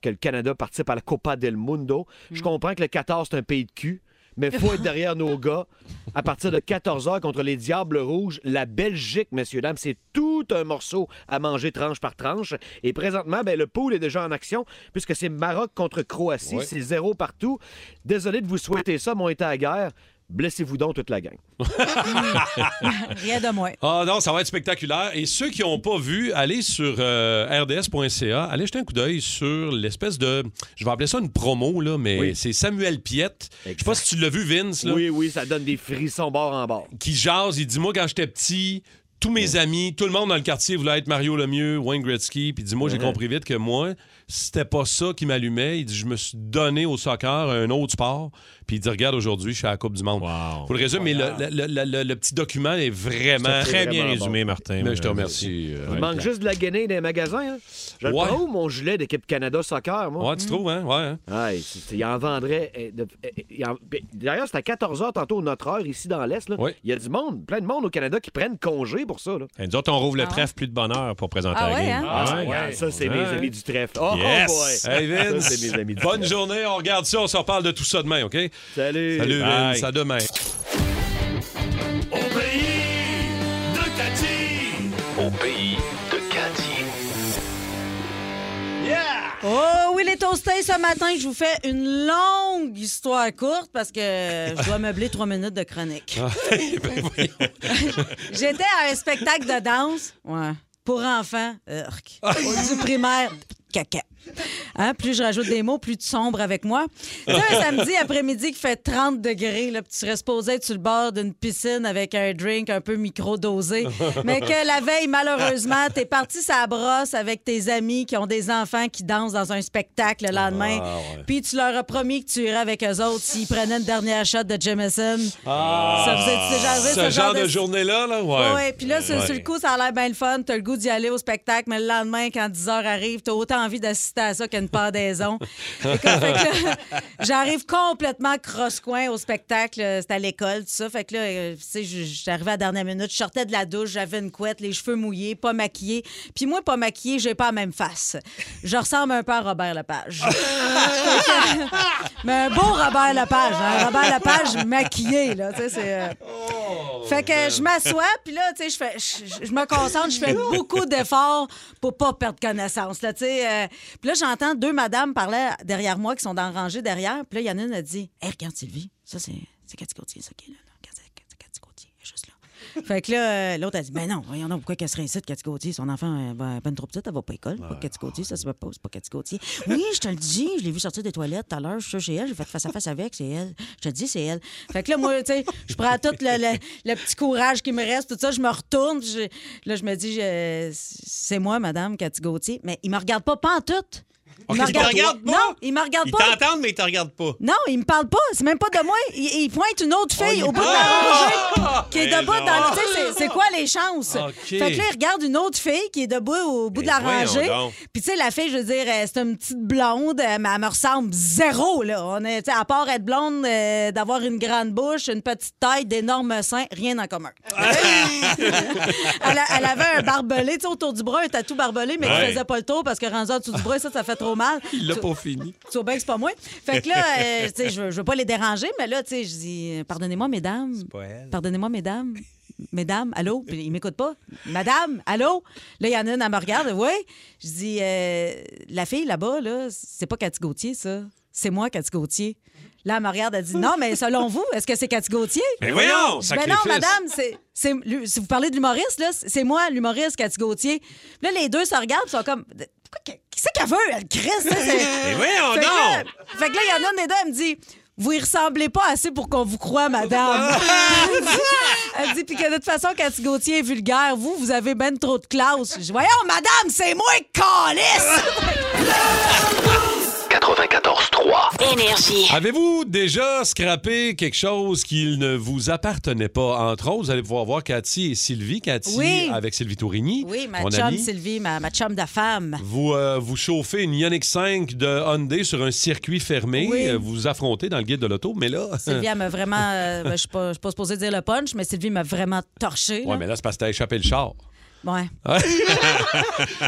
Speaker 10: que le Canada participe à la Copa del Mundo. Je comprends que le 14, c'est un pays de cul, mais faut être derrière nos gars. À partir de 14 h contre les Diables Rouges, la Belgique, messieurs, dames, c'est tout un morceau à manger tranche par tranche. Et présentement, ben, le pool est déjà en action puisque c'est Maroc contre Croatie. C'est zéro partout. Désolé de vous souhaiter ça, mais on était à la guerre. Blessez-vous donc toute la gang.
Speaker 4: Rien de moins.
Speaker 3: Ah non, ça va être spectaculaire. Et ceux qui n'ont pas vu, allez sur euh, rds.ca, allez jeter un coup d'œil sur l'espèce de, je vais appeler ça une promo, là, mais
Speaker 10: Oui.
Speaker 3: c'est Samuel Piette. Je sais pas
Speaker 10: Exact.
Speaker 3: si tu l'as vu, Vince, là,
Speaker 10: Oui, oui, ça donne des frissons bord en bord.
Speaker 3: qui jase. Il dit, moi, quand j'étais petit, tous mes amis, tout le monde dans le quartier voulait être Mario Lemieux, Wayne Gretzky. Puis il dit, moi, j'ai compris vite que moi, c'était pas ça qui m'allumait. Il dit, je me suis donné au soccer un autre sport. Puis Puis il dit Regarde, aujourd'hui, je suis à la Coupe du Monde.
Speaker 5: Wow.
Speaker 3: Faut le résumer, mais le, le- le- le- le petit document est vraiment.
Speaker 5: Très bien
Speaker 10: vraiment
Speaker 5: résumé, Martin.
Speaker 3: Mais je te remercie. euh,
Speaker 10: Il manque juste de la guenille dans les magasins. hein. Je le
Speaker 3: Ouais.
Speaker 10: prends où, mon gilet d'équipe Canada Soccer, moi?
Speaker 3: Ouais, tu trouves, hein? Ouais. hein?
Speaker 10: Ah, il- c'est- il en vendrait. eh, de- eh, il en- ben, D'ailleurs, c'est à 14h tantôt, notre heure, ici dans l'Est. là.
Speaker 3: Oui.
Speaker 10: Il y a du monde, plein de monde au Canada qui prennent congé pour ça. là.
Speaker 5: Et nous autres, on rouvre le
Speaker 4: Ah ouais.
Speaker 5: trèfle plus de bonheur pour présenter
Speaker 4: Ah
Speaker 5: la
Speaker 4: ouais,
Speaker 5: game.
Speaker 4: hein?
Speaker 5: Ah ouais.
Speaker 10: Ah, ça, c'est mes
Speaker 5: Ouais.
Speaker 10: amis du trèfle. Oh,
Speaker 5: Yes!
Speaker 10: oh boy!
Speaker 3: Hey Vince,
Speaker 10: Ça, c'est mes amis du
Speaker 3: bonne
Speaker 10: trèfle.
Speaker 3: journée. On regarde ça, on s'en parle de tout ça demain, OK?
Speaker 10: Salut!
Speaker 3: Salut
Speaker 5: Bye.
Speaker 3: Vince, à demain.
Speaker 9: Au pays de Cathy.
Speaker 4: Oh oui, les toastés, ce matin, je vous fais une longue histoire courte parce que je dois meubler trois minutes de chronique.
Speaker 5: Ah, eh ben
Speaker 4: J'étais à un spectacle de danse ouais, pour enfants, urk, du primaire, caca. Hein, plus je rajoute des mots, plus tu sombres avec moi. Tu sais, un samedi après-midi qui fait 30 degrés, là, puis tu serais supposé être sur le bord d'une piscine avec un drink un peu micro-dosé. Mais que la veille, malheureusement, t'es parti sa brosse avec tes amis qui ont des enfants qui dansent dans un spectacle le lendemain. Puis tu leur as promis que tu irais avec eux autres s'ils prenaient une dernière shot de Jameson. Ah.
Speaker 3: Ah,
Speaker 4: Ça vous est déjà arrivé,
Speaker 3: ce genre de
Speaker 4: de
Speaker 3: journée-là, là?
Speaker 4: Ouais,
Speaker 3: Ouais.
Speaker 4: puis là, sur,
Speaker 3: Ouais.
Speaker 4: sur le coup, ça a l'air bien le fun. T'as le goût d'y aller au spectacle, mais le lendemain, quand 10 heures arrive, t'as autant envie d'assister à ça qu'une pendaison. Fait que- fait que là, J'arrive complètement cross-coin au spectacle. Euh, C'était à l'école, tout ça. Fait que là, euh, tu sais, je- j'arrivais à la dernière minute. Je sortais de la douche, j'avais une couette, les cheveux mouillés, pas maquillée. Puis moi, pas maquillée, j'ai pas la même face. Je ressemble un peu à Robert Lepage. Mais un beau Robert Lepage, hein? Robert Lepage maquillé, là, tu sais, c'est... euh, fait que je m'assois, puis là, tu sais, je fais- je je- je me concentre, je fais beaucoup d'efforts pour pas perdre connaissance, là, tu sais. euh. Puis là, j'entends deux madames parler derrière moi qui sont dans la rangée derrière. Puis là, il y en a une a dit Hey, regarde Sylvie, ça, c'est c'est Cathy Gauthier, ça qui est là. là. Regarde, c'est- c'est Cathy Gauthier, elle est juste là. Fait que là, euh, l'autre a dit Ben non, voyons donc, pourquoi qu'elle serait ici, Cathy Gauthier Son enfant, euh, ben, ben trop petite, elle va pas à l'école. Pas Cathy Gauthier, ça, c'est pas, c'est pas Cathy Gauthier. Oui, je te le dis, je l'ai vu sortir des toilettes tout à l'heure, je suis chez elle, j'ai fait face à face avec, c'est elle. Je te le dis, c'est elle. Fait que là, moi, tu sais, je prends tout le, le- le petit courage qui me reste, tout ça, je me retourne, puis je- là, je me dis je- C'est moi, madame Cathy Gauthier. Mais il me regarde pas, pas en tout. Il me
Speaker 5: il te regarde pas?
Speaker 4: Non, il me regarde
Speaker 5: Ils
Speaker 4: pas.
Speaker 5: t'entendent, mais ils te regardent pas.
Speaker 4: Non, il me parle pas. C'est même pas de moi. Il, il pointe une autre
Speaker 5: Oh,
Speaker 4: fille au bout de la rangée qui est
Speaker 5: Mais
Speaker 4: debout
Speaker 5: Ah! Eh non.
Speaker 4: dans le. Tu sais, c'est- c'est quoi les chances?
Speaker 3: OK.
Speaker 4: Fait que là, il regarde une autre fille qui est debout au bout de la
Speaker 5: Mais voyons
Speaker 4: rangée.
Speaker 5: donc.
Speaker 4: Puis, tu sais, la fille, je veux dire, euh, c'est une petite blonde, euh, mais elle me ressemble zéro, là. On est, tu sais, à part être blonde, euh, d'avoir une grande bouche, une petite taille, d'énormes seins, rien en commun. elle, a- elle avait un barbelé, tu sais, autour du bras, un tatou barbelé, mais
Speaker 5: Ouais.
Speaker 4: qui faisait pas le tour parce que rendu en dessous du bras, ça, ça fait trop mal.
Speaker 3: Il l'a pas fini.
Speaker 4: Tu vois bien que c'est pas moi. Fait que là, euh, tu sais, je veux- je veux pas les déranger, mais là, tu sais, je dis, euh, pardonnez-moi, mesdames. Pardonnez-moi, mesdames. Mesdames, allô? Puis ils m'écoutent pas. Madame, allô? Là, il y en a une, elle me regarde. Oui. Je dis, euh, la fille là-bas, là, c'est pas Cathy Gauthier, ça. C'est moi, Cathy Gauthier. Là, elle me regarde, elle dit, non, mais selon vous, est-ce que c'est Cathy Gauthier?
Speaker 5: Mais voyons,
Speaker 4: Je dis, Ben non, madame, c'est, c'est- lui- si vous parlez de l'humoriste, là, c'est c'est moi, l'humoriste Cathy Gauthier. Puis là, les deux se regardent, ils sont comme, pourquoi, qu'est- qu'est-ce qu'elle veut, elle, Chris? ça, c'est-
Speaker 5: Mais voyons
Speaker 4: fait que là-
Speaker 5: donc!
Speaker 4: Fait que là, il y en a une des deux, elle me dit Vous y ressemblez pas assez pour qu'on vous croie, madame. Elle dit- elle dit Puis que de toute façon, Cathy Gauthier est vulgaire. Vous, vous avez ben trop de classe. Je dis Voyons, madame, c'est moi, calice
Speaker 9: 94-3.
Speaker 1: Énergie.
Speaker 3: Avez-vous déjà scrappé quelque chose qui ne vous appartenait pas? Entre autres, vous allez pouvoir voir Cathy et Sylvie. Cathy
Speaker 4: Oui.
Speaker 3: avec Sylvie Tourigny.
Speaker 4: Oui, ma
Speaker 3: mon
Speaker 4: chum,
Speaker 3: amie.
Speaker 4: Sylvie, ma, ma chum de femme.
Speaker 3: Vous, euh, vous chauffez une Ioniq 5 de Hyundai sur un circuit fermé.
Speaker 4: Oui.
Speaker 3: Euh, Vous vous affrontez dans le guide de l'auto, mais là...
Speaker 4: Sylvie, elle m'a vraiment. euh, ben, je suis pas, je suis pas supposée dire le punch, mais Sylvie m'a vraiment torché.
Speaker 3: Ouais, mais là, c'est parce que t'as échappé le char.
Speaker 4: Ouais.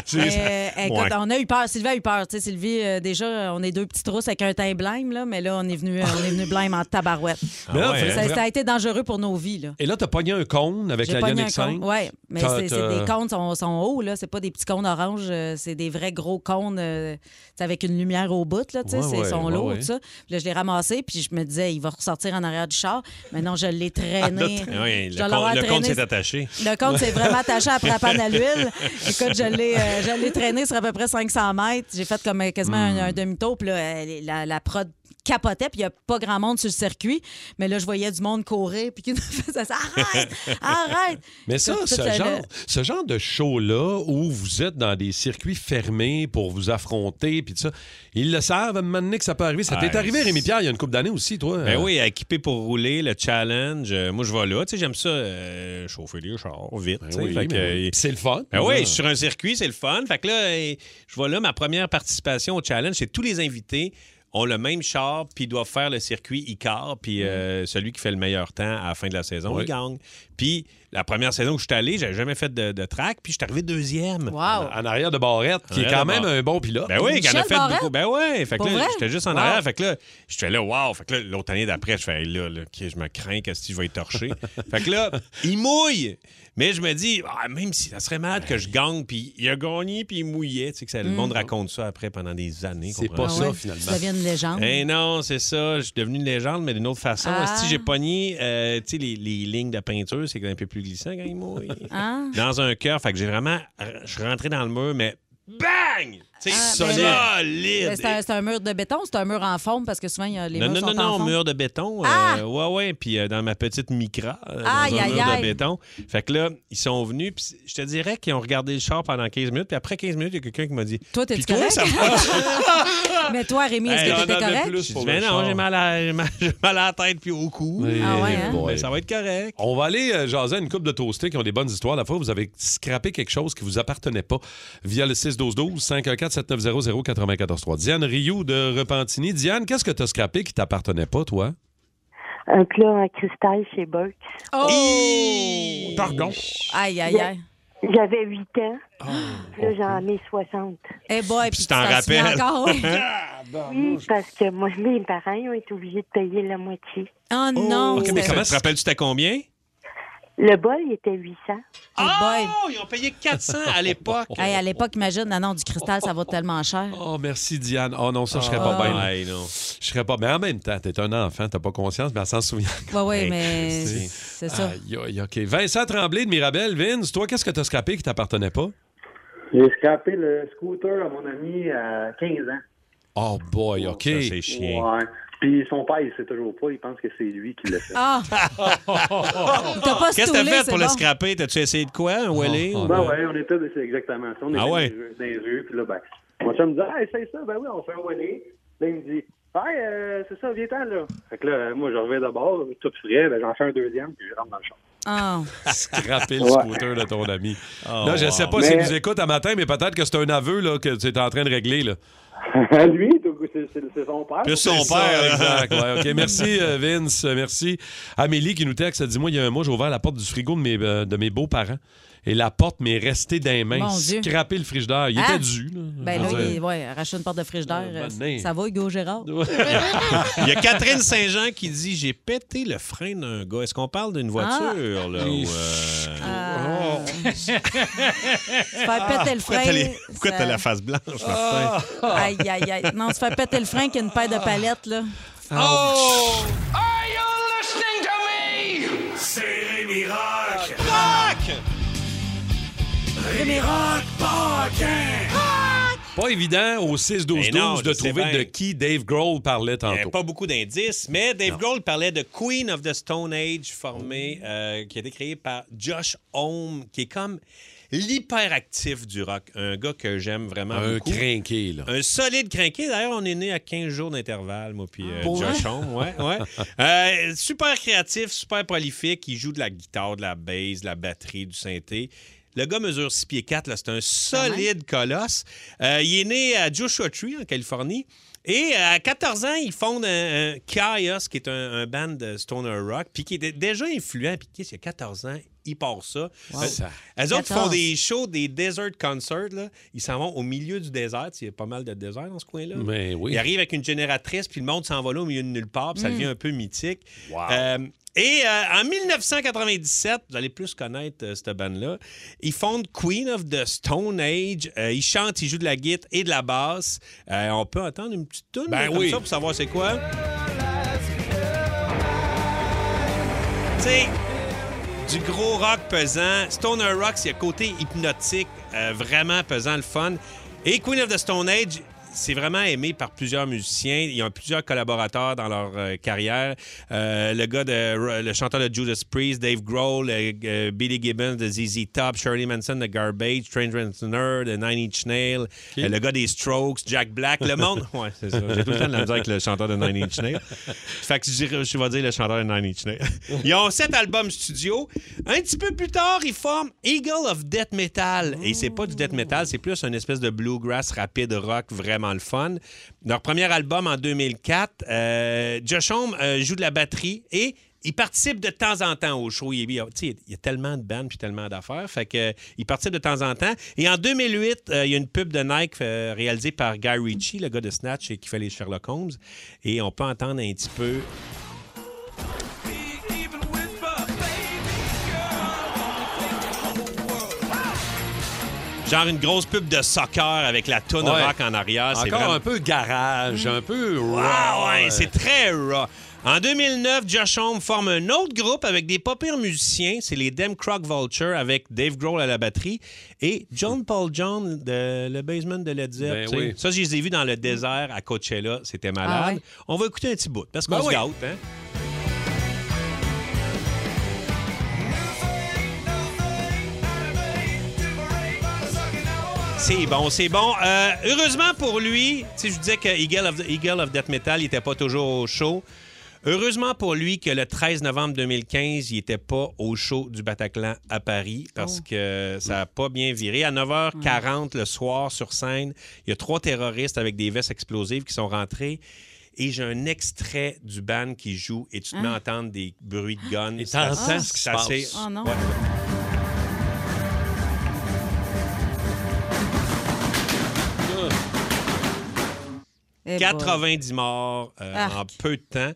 Speaker 3: C'est-
Speaker 4: Mais, euh, écoute,
Speaker 5: Ouais.
Speaker 4: on a eu peur. Sylvie a eu peur. Tu sais, Sylvie, euh, déjà, on est deux petites rousses avec un teint blême, là, mais là, on est venu, euh, on est venu blême en tabarouette.
Speaker 3: Mais là,
Speaker 5: Ah ouais,
Speaker 3: vra-
Speaker 5: hein?
Speaker 4: Ça, ça a été dangereux pour nos vies. Là.
Speaker 3: Et là, t'as pogné un cône avec
Speaker 4: J'ai
Speaker 3: la
Speaker 4: pas mis un
Speaker 3: Ioniq
Speaker 4: cône.
Speaker 3: 5.
Speaker 4: Oui, mais
Speaker 3: T'as-
Speaker 4: c'est c'est
Speaker 3: t'as-
Speaker 4: des cônes sont, sont hauts, là. C'est pas des petits cônes oranges, euh, c'est des vrais gros cônes euh, c'est avec une lumière au bout, là. Tu sais,
Speaker 3: Ouais,
Speaker 4: c'est
Speaker 3: ouais,
Speaker 4: sont
Speaker 3: ouais,
Speaker 4: lourds,
Speaker 3: ouais.
Speaker 4: tout ça. Puis là, je l'ai ramassé, puis je me disais, il va ressortir en arrière du char. Mais non, je l'ai traîné.
Speaker 5: Ah
Speaker 4: Je vais
Speaker 5: oui, le con-
Speaker 4: l'avoir
Speaker 5: le compte
Speaker 4: traîné-
Speaker 5: s'est attaché.
Speaker 4: le compte s'est vraiment attaché après la panne à l'huile. Écoute, je l'ai, euh,
Speaker 3: Hmm.
Speaker 4: je l'ai traîné sur à peu près 500 mètres. J'ai fait comme euh, quasiment un, un demi-tour. Puis là, euh, la, la prod capotait, puis il n'y a pas grand monde sur le circuit. Mais là, je voyais du monde courir, puis qui nous faisait ça. Arrête! Arrête!
Speaker 3: Mais ça,
Speaker 4: Tout- tout
Speaker 3: ce
Speaker 4: le-
Speaker 3: genre, ce genre de show-là où vous êtes dans des circuits fermés pour vous affronter, puis tout ça, ils le savent à un moment donné que ça peut arriver. Ça t'est
Speaker 5: Ah,
Speaker 3: arrivé, Rémi-Pierre, il y a une couple d'années aussi, toi.
Speaker 5: Ben oui, équipé pour rouler, le challenge. euh, moi, je vais là. Tu sais, j'aime ça, euh, chauffer les chars vite. tu sais,
Speaker 3: Ben oui,
Speaker 5: fait que,
Speaker 3: mais-
Speaker 5: euh,
Speaker 3: C'est le fun.
Speaker 5: Ben oui, je suis sur un circuit, c'est le fun. Fait que là, euh, je vois là ma première participation au challenge. C'est tous les invités ont le même char, puis ils doivent faire le circuit Icar, puis euh,
Speaker 3: Mm.
Speaker 5: celui qui fait le meilleur temps à la fin de la saison,
Speaker 3: Oui.
Speaker 5: il gagne. Puis la première saison où je suis allé, j'avais jamais fait de, de track, puis je suis arrivé deuxième.
Speaker 4: Wow!
Speaker 3: En arrière de Barrette, qui est
Speaker 5: Arrière
Speaker 3: quand
Speaker 5: de
Speaker 3: même
Speaker 5: Barrette.
Speaker 3: un bon pilote.
Speaker 5: Ben oui, qu'elle
Speaker 4: Michel
Speaker 5: a fait
Speaker 4: Barrette?
Speaker 5: beaucoup. Ben oui, fait que
Speaker 4: Pour
Speaker 5: là,
Speaker 4: vrai?
Speaker 5: j'étais juste en
Speaker 4: Wow.
Speaker 5: arrière. Fait que là, j'étais là, wow. Fait que là, l'autre année d'après, je fais, hey, là, là, OK, je me crains que si je vais être torché. fait que là, il mouille. Mais je me dis, Ah, même si ça serait mal que je gagne, puis il a gagné, puis il mouillait. Tu sais que ça, le monde raconte ça après pendant des années.
Speaker 3: Mm. C'est
Speaker 5: comprends-tu?
Speaker 3: pas
Speaker 4: Ah
Speaker 3: ça,
Speaker 4: ouais,
Speaker 3: finalement.
Speaker 4: Tu deviens une légende.
Speaker 5: Eh non, c'est ça. Je suis devenu une légende, mais d'une autre façon.
Speaker 4: Ah.
Speaker 5: Si j'ai pogné euh, tu sais, les, les lignes de peinture, c'est un peu plus glissant quand il mouille.
Speaker 4: Ah.
Speaker 5: Dans un cœur, fait que j'ai vraiment. Je suis rentré dans le mur, mais bang! Tu sais,
Speaker 4: Ah,
Speaker 5: solide.
Speaker 4: ben Mais C'est un, c'est un mur de béton, c'est un mur en forme parce que souvent, il y a, les
Speaker 5: Non,
Speaker 4: murs
Speaker 5: non,
Speaker 4: sont
Speaker 5: non,
Speaker 4: en
Speaker 5: non,
Speaker 4: forme.
Speaker 5: mur de béton. euh,
Speaker 4: Ah!
Speaker 5: ouais, ouais. Puis euh, dans ma petite micra, euh, dans
Speaker 4: Aïe,
Speaker 5: un
Speaker 4: aïe,
Speaker 5: mur
Speaker 4: aïe.
Speaker 5: de béton. Fait que là, ils sont venus. Puis c- je te dirais qu'ils ont regardé le char pendant 15 minutes. Puis après 15 minutes, il y a quelqu'un qui m'a dit
Speaker 4: Toi, t'es-tu
Speaker 5: Puis toi,
Speaker 4: correct?
Speaker 5: ça va?
Speaker 4: Mais toi, Rémi, est-ce
Speaker 5: Hey,
Speaker 4: que
Speaker 5: on
Speaker 4: t'étais
Speaker 5: en avait
Speaker 4: correct?
Speaker 3: plus
Speaker 5: J'ai
Speaker 3: pour
Speaker 5: dit,
Speaker 3: le
Speaker 5: Mais non,
Speaker 3: char.
Speaker 5: j'ai mal, à- j'ai mal- j'ai mal à la tête puis au cou.
Speaker 3: Eh
Speaker 4: Ah ouais, hein?
Speaker 3: boy.
Speaker 5: Mais Ben, ça va être correct.
Speaker 3: On va aller euh, jaser à une coupe de toastés qui ont des bonnes histoires. La fois, où vous avez scrappé quelque chose qui vous appartenait pas via le 6-12-12, 514-7900-943. Diane Rioux de Repentigny. Diane, qu'est-ce que tu as scrappé qui t'appartenait pas, toi?
Speaker 2: Un plat en cristal chez Burke.
Speaker 4: Oh!
Speaker 3: Pardon?
Speaker 4: Aïe, aïe, aïe.
Speaker 2: J'avais 8 ans. Puis là, j'en ai 60.
Speaker 4: Eh boy, puis tu
Speaker 5: tu t'en
Speaker 4: t'en rappelles.
Speaker 5: rappelles.
Speaker 4: encore, oui.
Speaker 2: Oui, parce que moi, mes parents ils ont été obligés de payer la moitié.
Speaker 4: Oh non!
Speaker 5: OK, mais
Speaker 4: c'était-
Speaker 5: comment te rappelles-tu, t'as combien?
Speaker 2: Le bol, il était 800.
Speaker 4: Eh boy.
Speaker 5: Oh, ils ont payé 400 à l'époque.
Speaker 4: Hey, à l'époque, imagine, non, non, du cristal, ça vaut tellement cher.
Speaker 3: Oh, merci, Diane. Oh non, ça, je serais
Speaker 4: Ah.
Speaker 3: pas bien.
Speaker 5: Ouais, non.
Speaker 3: Je serais pas. Mais en même temps, t'es un enfant, t'as pas conscience, mais elle s'en souvient.
Speaker 4: Ouais, ouais,
Speaker 5: Hey,
Speaker 4: mais
Speaker 5: c'est-
Speaker 4: c'est ça.
Speaker 3: Aïe, aïe, OK. Vincent Tremblay de Mirabel, Vince, toi, qu'est-ce que t'as scrappé qui t'appartenait pas?
Speaker 9: J'ai scrapé le scooter à mon ami à 15 ans.
Speaker 3: Oh boy, OK.
Speaker 5: Ça, c'est chiant.
Speaker 9: Ouais. Puis son père, il sait toujours pas. Il pense que c'est lui qui l'a fait.
Speaker 4: Ah! T'as pas
Speaker 5: Qu'est-ce que t'as
Speaker 4: stoulé,
Speaker 5: fait
Speaker 4: c'est
Speaker 5: pour le
Speaker 4: bon.
Speaker 5: scraper? T'as-tu essayé de quoi,
Speaker 11: Ah,
Speaker 5: un Wally?
Speaker 3: oh,
Speaker 5: ou- euh?
Speaker 9: Ben ouais, on était c'est exactement ça. On était
Speaker 5: Ah ouais?
Speaker 9: dans, les rues, dans les rues, puis là, ben, mon chum me dit « Hey, c'est ça, ben oui, on fait un volet. » Là, il me dit « Hey, euh, c'est ça, viens-t'en, là. » Fait que là, euh, moi, je reviens d'abord, tout frais, ben j'en fais un deuxième, puis je rentre dans le champ.
Speaker 4: Ah.
Speaker 3: Scraper le
Speaker 9: Ouais.
Speaker 3: scooter de ton ami.
Speaker 5: Oh,
Speaker 3: là, je sais pas s'il
Speaker 9: Mais-
Speaker 3: nous écoute à matin, mais peut-être que c'est un aveu là, que tu es en train de régler. Là.
Speaker 9: lui, donc, c'est- c'est c'est son père.
Speaker 5: Plus son
Speaker 3: C'est Ah, ça,
Speaker 5: père.
Speaker 3: exact. Ouais, OK. Merci, euh, Vince. Merci. Amélie qui nous texte. elle dit, Moi, il y a un mois, j'ai ouvert la porte du frigo de mes, euh, de mes beaux-parents. Et la porte m'est restée dans les mains.
Speaker 4: Mon Dieu.
Speaker 3: Scraper le
Speaker 5: Ah,
Speaker 3: frigidaire. Il
Speaker 4: Hein?
Speaker 3: était dû. Là,
Speaker 4: Ben
Speaker 3: Je
Speaker 4: là,
Speaker 3: veux dire.
Speaker 4: il, ouais, racheter une porte de frigidaire,
Speaker 3: Euh,
Speaker 4: euh,
Speaker 3: bonne année.
Speaker 4: ça va, Hugo Gérard?
Speaker 5: Il y a Catherine Saint-Jean qui dit J'ai pété le frein d'un gars. Est-ce qu'on parle d'une voiture, là? ou, euh,
Speaker 4: Ah. se faire péter le frein.
Speaker 5: Ah, Pourquoi t'as les- pourquoi
Speaker 4: ça- Ah.
Speaker 5: t'as la face blanche, Martin?
Speaker 4: Aïe, aïe, aïe. Non, se faire péter le frein qu'une paire de palettes, là.
Speaker 9: Oh.
Speaker 3: Ah
Speaker 4: Oh!
Speaker 9: Are you listening to me? C'est Rémi Rock. Rémi Rock
Speaker 3: Pas évident au 6-12-12
Speaker 5: Mais non,
Speaker 3: de
Speaker 5: je sais
Speaker 3: trouver
Speaker 5: bien.
Speaker 3: de qui Dave Grohl parlait
Speaker 5: Il n'y avait
Speaker 3: tantôt.
Speaker 5: pas beaucoup d'indices, mais Dave Grohl parlait de Queen of the Stone Age, formée, euh, qui a été créée par Josh Homme, qui est comme l'hyperactif du rock. Un gars que j'aime vraiment
Speaker 3: Un
Speaker 5: beaucoup.
Speaker 3: crinqué, là.
Speaker 5: Un solide crinqué. D'ailleurs, on est né à 15 jours d'intervalle, moi, puis euh,
Speaker 4: Pour
Speaker 5: Josh Homme. Ouais, ouais. Euh, super créatif, super prolifique. Il joue de la guitare, de la bass, de la batterie, du synthé. Le gars mesure 6 pieds 4. là. C'est un solide colosse. Euh, il est né à Joshua Tree, en Californie. Et euh, à 14 ans, il fonde un, un Chaos, qui est un, un band de stoner rock, puis qui était déjà influent. Puis qu'est-ce qu'il y a 14 ans, il part ça. Euh,
Speaker 3: Ça-
Speaker 5: elles autres
Speaker 4: 14.
Speaker 5: font des shows, des desert concerts. Là. Ils s'en vont au milieu du désert. Il y a pas mal de désert dans ce coin-là.
Speaker 3: Mais oui.
Speaker 5: Ils arrivent avec une génératrice, puis le monde s'en va là au milieu de nulle part,
Speaker 3: Hmm.
Speaker 5: puis ça devient un peu mythique. Euh, et euh, en 1997, vous allez plus connaître euh, cette bande-là, ils fondent Queen of the Stone Age. Euh, ils chantent, ils jouent de la guitare et de la basse. Euh, on peut entendre une petite tune
Speaker 3: Ben
Speaker 5: là, comme
Speaker 3: oui.
Speaker 5: ça pour savoir c'est quoi. Tu sais, du gros rock pesant. Stoner Rock, c'est le côté hypnotique, euh, vraiment pesant, le fun. Et Queen of the Stone Age, c'est vraiment aimé par plusieurs musiciens. Ils ont plusieurs collaborateurs dans leur euh, carrière. Euh, le gars de le chanteur de Judas Priest, Dave Grohl, euh, euh, Billy Gibbons de ZZ Top, Shirley Manson de Garbage, Train Renner de Nine Inch Nail, euh, le gars des Strokes, Jack Black, le monde. Ouais, c'est ça. J'ai tout le temps de la misère avec le chanteur de Nine Inch Nail. Fait que je, dirais- je vais dire le chanteur de Nine Inch Nails. Ils ont sept albums studio. Un petit peu plus tard, ils forment Eagle of Death Metal. Et c'est pas du death metal, c'est plus une espèce de bluegrass rapide rock vraiment le fun. Leur premier album en 2004, euh, Josh Homme euh, joue de la batterie et il participe de temps en temps au show. Il, il- tu sais, il y a tellement de bandes puis tellement d'affaires. Fait que, euh, il participe de temps en temps. Et en 2008, euh, il y a une pub de Nike euh, réalisée par Guy Ritchie, le gars de Snatch et qui fait les Sherlock Holmes. Et on peut entendre un petit peu. Genre une grosse pub de soccer avec la toune
Speaker 3: Ouais.
Speaker 5: rock en arrière. c'est
Speaker 3: Encore
Speaker 5: vraiment-
Speaker 3: un peu garage, un peu raw.
Speaker 5: ah ouais, c'est très raw. En 2009, Josh Homme forme un autre groupe avec des pas pires musiciens. C'est les Dem Croc Vulture avec Dave Grohl à la batterie et John Paul John, de- le basement de
Speaker 3: Ben
Speaker 5: Led Zepp. tu sais.
Speaker 3: oui.
Speaker 5: Ça, je les ai vus dans le désert à Coachella. C'était malade.
Speaker 3: Ah ouais?
Speaker 5: On va écouter un petit bout parce qu'on
Speaker 3: Ben
Speaker 5: se
Speaker 3: oui.
Speaker 5: gâte. Hein? C'est bon, c'est bon. Euh, heureusement pour lui, tu sais, je vous disais que Eagle of, Eagle of Death Metal, il n'était pas toujours au show. Heureusement pour lui que le 13 novembre 2015, il n'était pas au show du Bataclan à Paris parce
Speaker 3: Oh.
Speaker 5: que ça n'a pas bien viré. À
Speaker 3: Mm.
Speaker 5: 9h40 le soir sur scène, il y a trois terroristes avec des vestes explosives qui sont rentrés. Et j'ai un extrait du band qui joue et tu te mets à
Speaker 3: Hein? Ah.
Speaker 5: entendre des bruits de guns. Et
Speaker 3: t'entends ce qui se passe.
Speaker 5: Ah,
Speaker 4: Oh non. Eh boy.
Speaker 5: 90 morts euh,
Speaker 4: Arc. Oh.
Speaker 5: en peu de temps.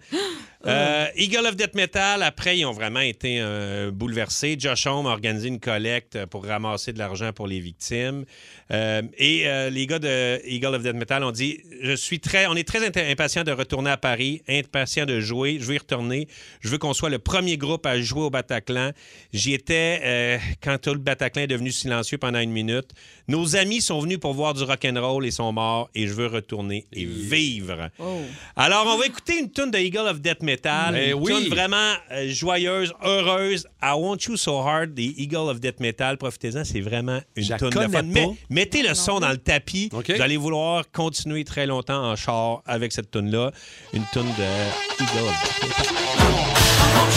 Speaker 5: Euh, Eagle of Death Metal, après, ils ont vraiment été euh, bouleversés. Josh Homme a organisé une collecte pour ramasser de l'argent pour les victimes. Euh, et euh, les gars de Eagle of Death Metal ont dit Je suis très, On est très inter- impatients de retourner à Paris, impatients de jouer. Je veux y retourner. Je veux qu'on soit le premier groupe à jouer au Bataclan. J'y étais euh, quand tout le Bataclan est devenu silencieux pendant une minute. Nos amis sont venus pour voir du rock'n'roll et sont morts. Et je veux retourner et vivre.
Speaker 4: Oh.
Speaker 5: Alors, on va écouter une tune de Eagle of Death Metal.
Speaker 3: Ben
Speaker 5: une
Speaker 3: oui.
Speaker 5: tune vraiment euh, joyeuse, heureuse. I Want You So Hard, des Eagle of Death Metal. Profitez-en, c'est vraiment une
Speaker 3: Je la
Speaker 5: tune de
Speaker 3: connais
Speaker 5: fun.
Speaker 3: pas.
Speaker 5: Mais- mettez le son dans le tapis.
Speaker 3: OK.
Speaker 5: Vous allez vouloir continuer très longtemps en char avec cette tune-là. Une tune de Eagle of Death Metal.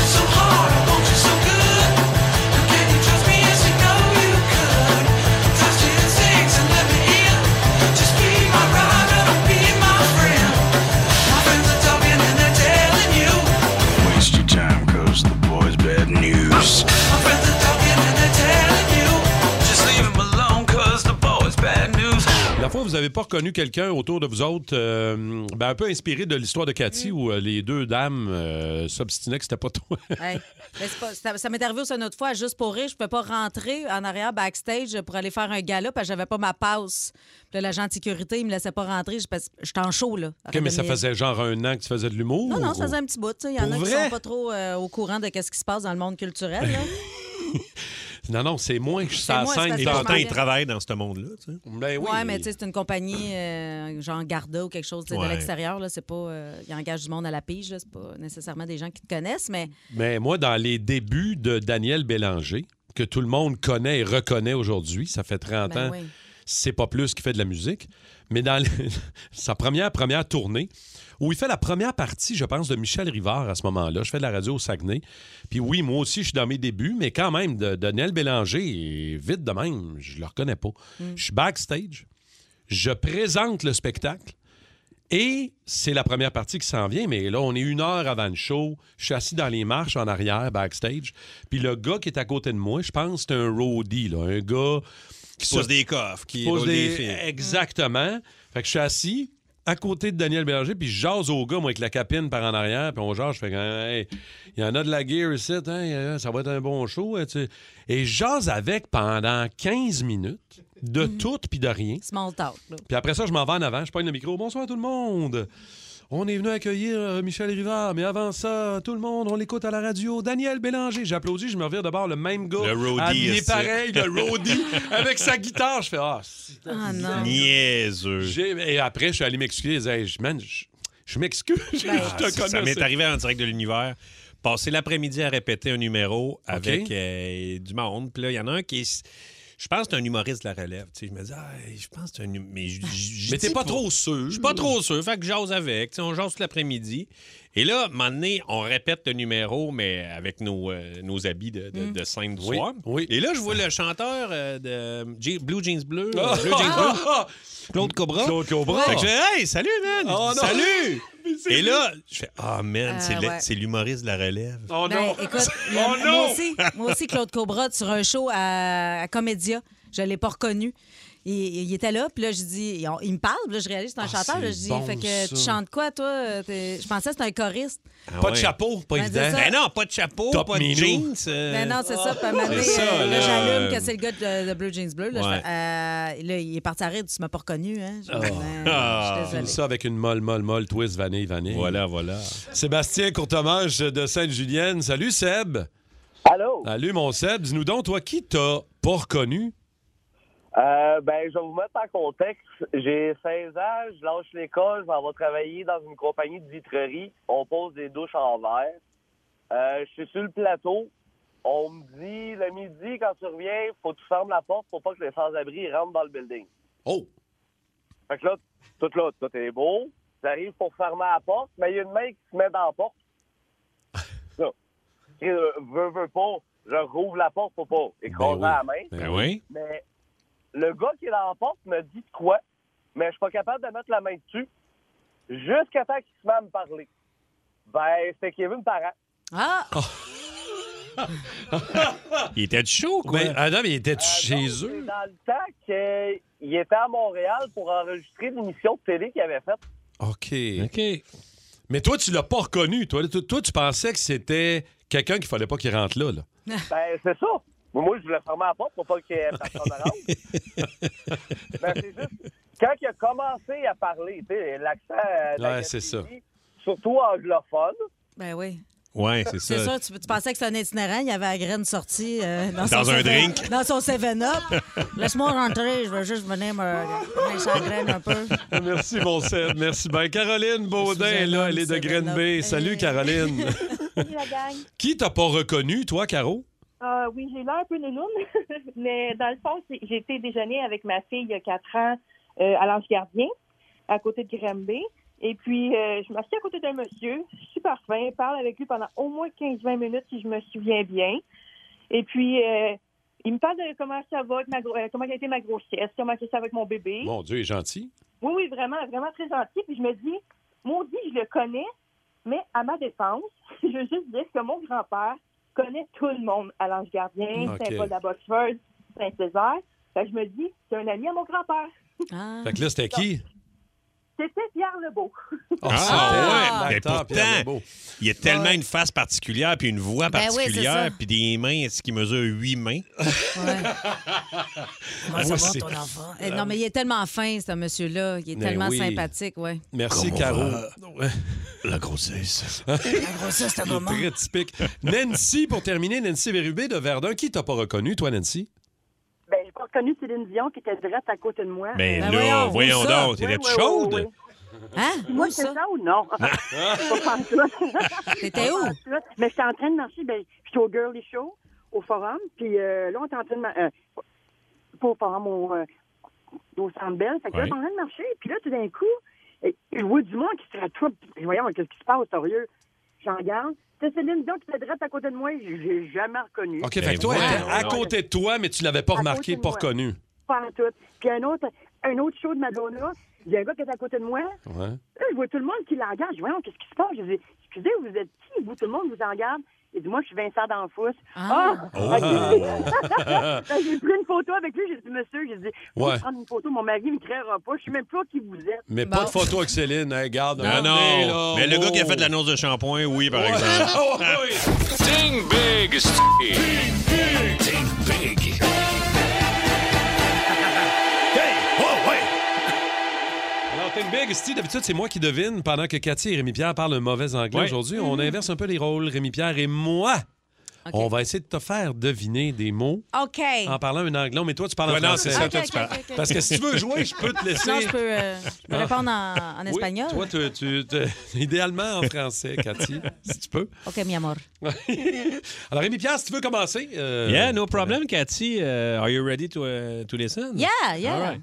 Speaker 12: Waste your time, cause the boys bad news. My friends are talking and they're telling you. Just leave them alone, cause the boys bad news.
Speaker 3: La fois, vous avez pas reconnu quelqu'un autour de vous autres, euh, ben, un peu inspiré de l'histoire de Cathy
Speaker 4: Mm.
Speaker 3: où euh, les deux dames euh, s'obstinaient que c'était pas toi.
Speaker 4: Hey, mais c'est pas- ça ça m'est arrivé aussi une autre fois, juste pour rire, je peux pas rentrer en arrière backstage pour aller faire un gala parce que j'avais pas ma passe. Puis là, l'agent de sécurité, il me laissait pas rentrer, je- parce que j'étais en chaud là.
Speaker 3: OK, mais ça faisait genre un an que tu faisais de l'humour?
Speaker 4: Non, non,
Speaker 3: ou-
Speaker 4: ça faisait un petit bout. tu sais. Il y en
Speaker 3: Pour
Speaker 4: a qui
Speaker 3: vrai?
Speaker 4: sont pas trop euh, au courant de quest ce qui se passe dans le monde culturel. là.
Speaker 3: Non, non, c'est moins que ça
Speaker 4: moins,
Speaker 3: scène.
Speaker 4: c'est parce que je m'en vais.
Speaker 5: travaillent dans ce monde-là. tu sais.
Speaker 3: Ben oui.
Speaker 4: Ouais, mais tu sais, c'est une compagnie euh, genre Garda ou quelque chose tu sais,
Speaker 3: Ouais.
Speaker 4: de l'extérieur. là, C'est pas. euh, ils engagent du monde à la pige, là, c'est pas nécessairement des gens qui te connaissent, mais
Speaker 3: Mais moi, dans les débuts de Daniel Bélanger, que tout le monde connaît et reconnaît aujourd'hui, ça fait 30
Speaker 4: Ben
Speaker 3: ans,
Speaker 4: oui.
Speaker 3: c'est pas plus qu'il fait de la musique, mais dans le- sa première, première tournée, où il fait la première partie, je pense, de Michel Rivard à ce moment-là. Je fais de la radio au Saguenay. Puis oui, moi aussi, je suis dans mes débuts, mais quand même, de, Daniel Bélanger, vite de même, je le reconnais pas.
Speaker 4: Mm.
Speaker 3: Je suis backstage, je présente le spectacle. Et c'est la première partie qui s'en vient, mais là, on est une heure avant le show. Je suis assis dans les marches en arrière, backstage. Puis le gars qui est à côté de moi, je pense que c'est un roadie, là, un gars
Speaker 5: Qui pose des coffres, qui
Speaker 3: pose
Speaker 5: roule des
Speaker 3: des-
Speaker 5: films.
Speaker 3: Exactement. Fait que je suis assis à côté de Daniel Bélanger, puis je jase au gars, moi, avec la capine par en arrière, puis on jase. Je fais, Hey, il y en a de la gear ici, hein, ça va être un bon show. hein, tu sais. Et je jase avec pendant 15 minutes, de tout puis de rien.
Speaker 4: small talk. là.
Speaker 3: Puis après ça, je m'en vais en avant, je prends le micro. Bonsoir tout le monde. On est venu accueillir euh, Michel Rivard, mais avant ça, tout le monde, on l'écoute à la radio. Daniel Bélanger, j'applaudis, je me revire d'abord le même gars.
Speaker 5: Le roadie,
Speaker 3: Habillé
Speaker 5: est-ce
Speaker 3: Ah, pareil,
Speaker 5: que-
Speaker 3: le roadie, avec sa guitare. Je fais, ah, c'est-
Speaker 4: Ah non.
Speaker 5: Niaiseux.
Speaker 3: J'ai- Et après, je suis allé m'excuser. Je disais, Hey, je- man, je, je m'excuse. je
Speaker 4: Ben,
Speaker 3: te
Speaker 5: Ah, ça, ça
Speaker 3: connaissais
Speaker 5: m'est arrivé en direct de l'univers. Passer l'après-midi à répéter un numéro avec
Speaker 3: Ok.
Speaker 5: euh, du monde. Puis là, il y en a un qui est. Je pense que c'est un humoriste de la relève. tu sais. Je me dis, ah, je pense que c'est un. hum- Mais, je- je- je
Speaker 3: Ah, Mais t'es
Speaker 5: dis
Speaker 3: pas trop sûr.
Speaker 5: Je suis pas trop sûr. Fait que j'ose avec. tu sais, on jase tout l'après-midi. Et là, à un moment donné, on répète le numéro, mais avec nos, euh, nos habits de, de, de scène du
Speaker 3: Mm. Oui,
Speaker 5: soir. Et là, je vois le chanteur euh, de Je- Blue Jeans Bleu.
Speaker 3: Ah!
Speaker 5: euh, Blue Jeans Bleu. Claude Cobra.
Speaker 3: Claude Cobra.
Speaker 5: Fait que je fais, hey, salut, man.
Speaker 3: Oh, non.
Speaker 5: salut.
Speaker 3: Mais c'est
Speaker 5: Et
Speaker 3: lui.
Speaker 5: là, je fais, ah, man,
Speaker 4: Euh,
Speaker 5: c'est le-
Speaker 4: ouais.
Speaker 5: c'est l'humoriste de la relève.
Speaker 3: Oh
Speaker 4: Ben,
Speaker 3: non!
Speaker 4: écoute, le-
Speaker 3: oh
Speaker 4: Moi,
Speaker 3: non!
Speaker 4: aussi, moi aussi, Claude Cobra, sur un show à, à Comédia, je ne l'ai pas reconnu. Il, il était là, puis là, je dis, il, on- il me parle, puis là, je réalise, c'est un
Speaker 3: Ah,
Speaker 4: chanteur. là, je
Speaker 3: c'est
Speaker 4: dis,
Speaker 3: bon,
Speaker 4: fait que tu
Speaker 3: ça.
Speaker 4: chantes quoi, toi? Euh, t'es- Je pensais que c'était un choriste.
Speaker 3: Pas de chapeau, pas
Speaker 4: Ben,
Speaker 3: évident.
Speaker 4: c'est ça.
Speaker 5: Ben non, pas de chapeau,
Speaker 3: Top
Speaker 5: pas de
Speaker 3: minou.
Speaker 5: jeans. euh,
Speaker 4: Mais Ben non, c'est
Speaker 3: oh.
Speaker 4: ça. Puis à un moment donné,
Speaker 5: c'est ça,
Speaker 4: euh, là,
Speaker 5: là.
Speaker 4: j'allume que c'est le gars de, de Blue Jeans Bleu. Là, je
Speaker 3: Ouais.
Speaker 4: fais, euh, là, il est parti à rire, tu m'as pas reconnu. Hein?
Speaker 5: Oh.
Speaker 4: Je fais, Ben,
Speaker 3: Ah.
Speaker 4: je suis
Speaker 3: Tout
Speaker 4: désolée.
Speaker 3: ça avec une molle, molle, molle, twist, vanille, vanille.
Speaker 5: Voilà, voilà.
Speaker 3: Sébastien Courtomage de Sainte-Julienne. Salut, Seb.
Speaker 13: Allô?
Speaker 3: Salut, mon Seb. Dis-nous donc, toi, qui t'as pas reconnu?
Speaker 13: Euh, ben, je vais vous mettre en contexte. J'ai 16 ans, je lâche l'école, je m'en vais travailler dans une compagnie de vitrerie. On pose des douches en verre. Euh, je suis sur le plateau. On me dit, le midi, quand tu reviens, faut que tu fermes la porte pour pas que les sans-abri rentrent dans le building.
Speaker 3: Oh!
Speaker 13: Fait que là, tout là, tout est beau. J'arrive pour fermer la porte, mais il y a une main qui se met dans la porte. Là, je veux, veux pas, je rouvre la porte pour pas écraser
Speaker 5: Ben oui.
Speaker 13: la main.
Speaker 5: Ben oui.
Speaker 13: Mais le gars qui est dans la porte me dit de quoi, mais je suis pas capable de mettre la main dessus jusqu'à temps qu'il se met à me parler. Ben, c'était Kevin Parent.
Speaker 4: Ah!
Speaker 5: Il était du chaud, quoi.
Speaker 3: Ben, Adam, il était chez
Speaker 13: C'est
Speaker 3: eux?
Speaker 13: dans le temps qu'il était à Montréal pour enregistrer l'émission de télé qu'il avait faite.
Speaker 3: OK.
Speaker 5: OK.
Speaker 3: Mais toi, tu l'as pas reconnu. Toi, toi, toi, tu pensais que c'était quelqu'un qu'il fallait pas qu'il rentre là. là.
Speaker 13: Ben, c'est ça. Mais Moi, je voulais fermer la porte pour pas que personne ne rentre. Ben, c'est juste, quand il a commencé à parler, tu sais, l'accent euh, de la
Speaker 3: Ouais, c'est ça.
Speaker 13: Gaspésie, surtout anglophone,
Speaker 4: Ben oui.
Speaker 5: Ouais, c'est ça.
Speaker 4: C'est sûr, tu, tu pensais que c'était un itinérant, il y avait la graine sortie euh, dans,
Speaker 5: Dans
Speaker 4: son
Speaker 5: un
Speaker 4: 7
Speaker 5: drink.
Speaker 4: Dans son 7-Up. Laisse-moi rentrer, je veux juste venir me me laisser la graine un peu.
Speaker 3: Merci, mon Seb. Merci. Ben, Caroline Baudin,
Speaker 4: Je
Speaker 3: est
Speaker 4: vous
Speaker 3: là,
Speaker 4: aime,
Speaker 3: elle est de
Speaker 4: Seb
Speaker 3: Green
Speaker 4: Lop.
Speaker 3: Bay. Salut, Caroline.
Speaker 14: Salut la gang.
Speaker 3: qui t'as pas reconnu, toi, Caro?
Speaker 14: Ah, oui, j'ai l'air un peu nounoun, mais dans le fond, c'est- j'ai été déjeuner avec ma fille il y a quatre ans euh, à l'Ange Gardien, à côté de Granby. Et puis, euh, je m'assieds à côté d'un monsieur, super fin, parle avec lui pendant au moins 15-20 minutes, si je me souviens bien. Et puis, euh, il me parle de comment ça va, avec ma gro- euh, comment a été ma grossesse, comment ça va avec mon bébé.
Speaker 3: Mon Dieu, il est gentil.
Speaker 14: Oui, oui, vraiment, vraiment très gentil. Puis je me dis, maudit, je le connais, mais à ma défense, je veux juste dire que mon grand-père connaît tout le monde à l'Ange Gardien,
Speaker 3: Ok.
Speaker 14: Saint-Paul-de-la-Boxford, Saint-Césaire. Fait que je me dis, c'est un ami à mon grand-père. Ah.
Speaker 3: Fait que là, c'était qui?
Speaker 14: C'était Pierre Lebeau.
Speaker 3: Oh,
Speaker 5: Ah,
Speaker 3: c'était
Speaker 5: ouais, mais
Speaker 3: l'acteur Pierre
Speaker 5: pourtant, il y a tellement une face particulière, puis une voix
Speaker 4: Ben oui, c'est
Speaker 5: particulière,
Speaker 4: ça.
Speaker 5: puis des mains, est-ce qu'il mesure huit mains?
Speaker 4: Comment
Speaker 5: Ouais,
Speaker 4: ça va,
Speaker 5: c'est-
Speaker 4: ton enfant? Eh, non, mais il est tellement fin, ce monsieur-là. Il est
Speaker 3: Euh, Mais
Speaker 4: tellement
Speaker 3: oui.
Speaker 4: sympathique, oui.
Speaker 3: Merci,
Speaker 5: Comment
Speaker 3: Caro.
Speaker 5: va? La grossesse.
Speaker 4: La grossesse, c'est un
Speaker 3: Il est
Speaker 4: moment.
Speaker 3: Très typique. Nancy, pour terminer, Nancy Bérubé de Verdun. Qui t'as pas reconnu, toi, Nancy?
Speaker 2: Ben, j'ai pas reconnu Céline Dion qui était direct à côté de moi.
Speaker 5: Ben
Speaker 2: Euh,
Speaker 5: là, voyons
Speaker 2: où ça?
Speaker 5: donc, t'étais
Speaker 2: Oui, oui,
Speaker 5: chaude?
Speaker 2: oui,
Speaker 4: Hein?
Speaker 2: Moi, c'est ça ou non?
Speaker 3: Ah.
Speaker 4: T'étais
Speaker 2: où? Mais j'étais en train de marcher. Ben, j'étais au Girly Show, au Forum. Puis euh, là, on était en train de. mar- euh, pas au Forum, au, euh, au Centre Bell. Fait que là,
Speaker 11: Ouais.
Speaker 2: j'étais en train de marcher. Puis là, tout d'un coup, euh, je vois du monde qui se rattrape. Puis Voyons, qu'est-ce qui se passe, sérieux? J'en regarde. C'est Céline Dion qui était direct à côté de moi. J'ai- J'ai jamais reconnu.
Speaker 3: OK,
Speaker 5: Ben
Speaker 3: fait que toi, elle était à côté de toi, mais tu l'avais pas
Speaker 2: À
Speaker 3: remarqué,
Speaker 2: côté de
Speaker 3: pas
Speaker 2: moi.
Speaker 3: reconnu.
Speaker 2: Pas en tout. Puis un autre, un autre show de Madonna, il y a un gars qui est à côté de moi.
Speaker 3: Ouais.
Speaker 2: Là, je vois tout le monde qui l'engage. Voyons, qu'est-ce qui se passe? Je dis, excusez, vous êtes qui? Vous, tout le monde vous regarde. Il dit, moi, je suis Vincent D'Anfous. Ah!
Speaker 3: Ah.
Speaker 2: Fait que j'ai pris une photo avec lui. J'ai dit, monsieur, j'ai dit, faut
Speaker 3: Ouais.
Speaker 2: prendre une photo. Mon mari ne me créera pas. Je sais même pas qui vous êtes.
Speaker 3: Mais pas de photo avec Céline, hein, garde.
Speaker 5: Non, non. mais le gars qui a fait l'annonce de shampoing, oui, par exemple.
Speaker 12: Ting big, Ting big. Ting big.
Speaker 3: Alors, t'es une big. collègues, si d'habitude, c'est moi qui devine pendant que Cathy et Rémi-Pierre parlent un mauvais anglais
Speaker 5: Ouais.
Speaker 3: aujourd'hui. On inverse un peu les rôles. Rémi-Pierre et moi,
Speaker 4: OK. Ah,
Speaker 3: on va essayer de te faire deviner des mots
Speaker 4: OK.
Speaker 3: en parlant un anglais. Mais toi, tu parles
Speaker 5: Ouais,
Speaker 3: en
Speaker 5: non,
Speaker 3: français.
Speaker 5: c'est ça, Ok, toi, tu ok, parles. ok, ok.
Speaker 3: Parce que si tu veux jouer, je peux te laisser. Ah.
Speaker 4: Sinon, je peux, euh, je peux répondre en, en
Speaker 3: Oui,
Speaker 4: espagnol.
Speaker 3: toi, tu, tu- tu- idéalement en français, Cathy, si tu peux.
Speaker 4: OK, mi amor.
Speaker 3: Alors, Rémi-Pierre, si tu veux commencer. euh,
Speaker 5: Yeah, no problem, Cathy. Uh, are you ready to, uh, to listen?
Speaker 4: Yeah, Ah, yeah.
Speaker 5: All right.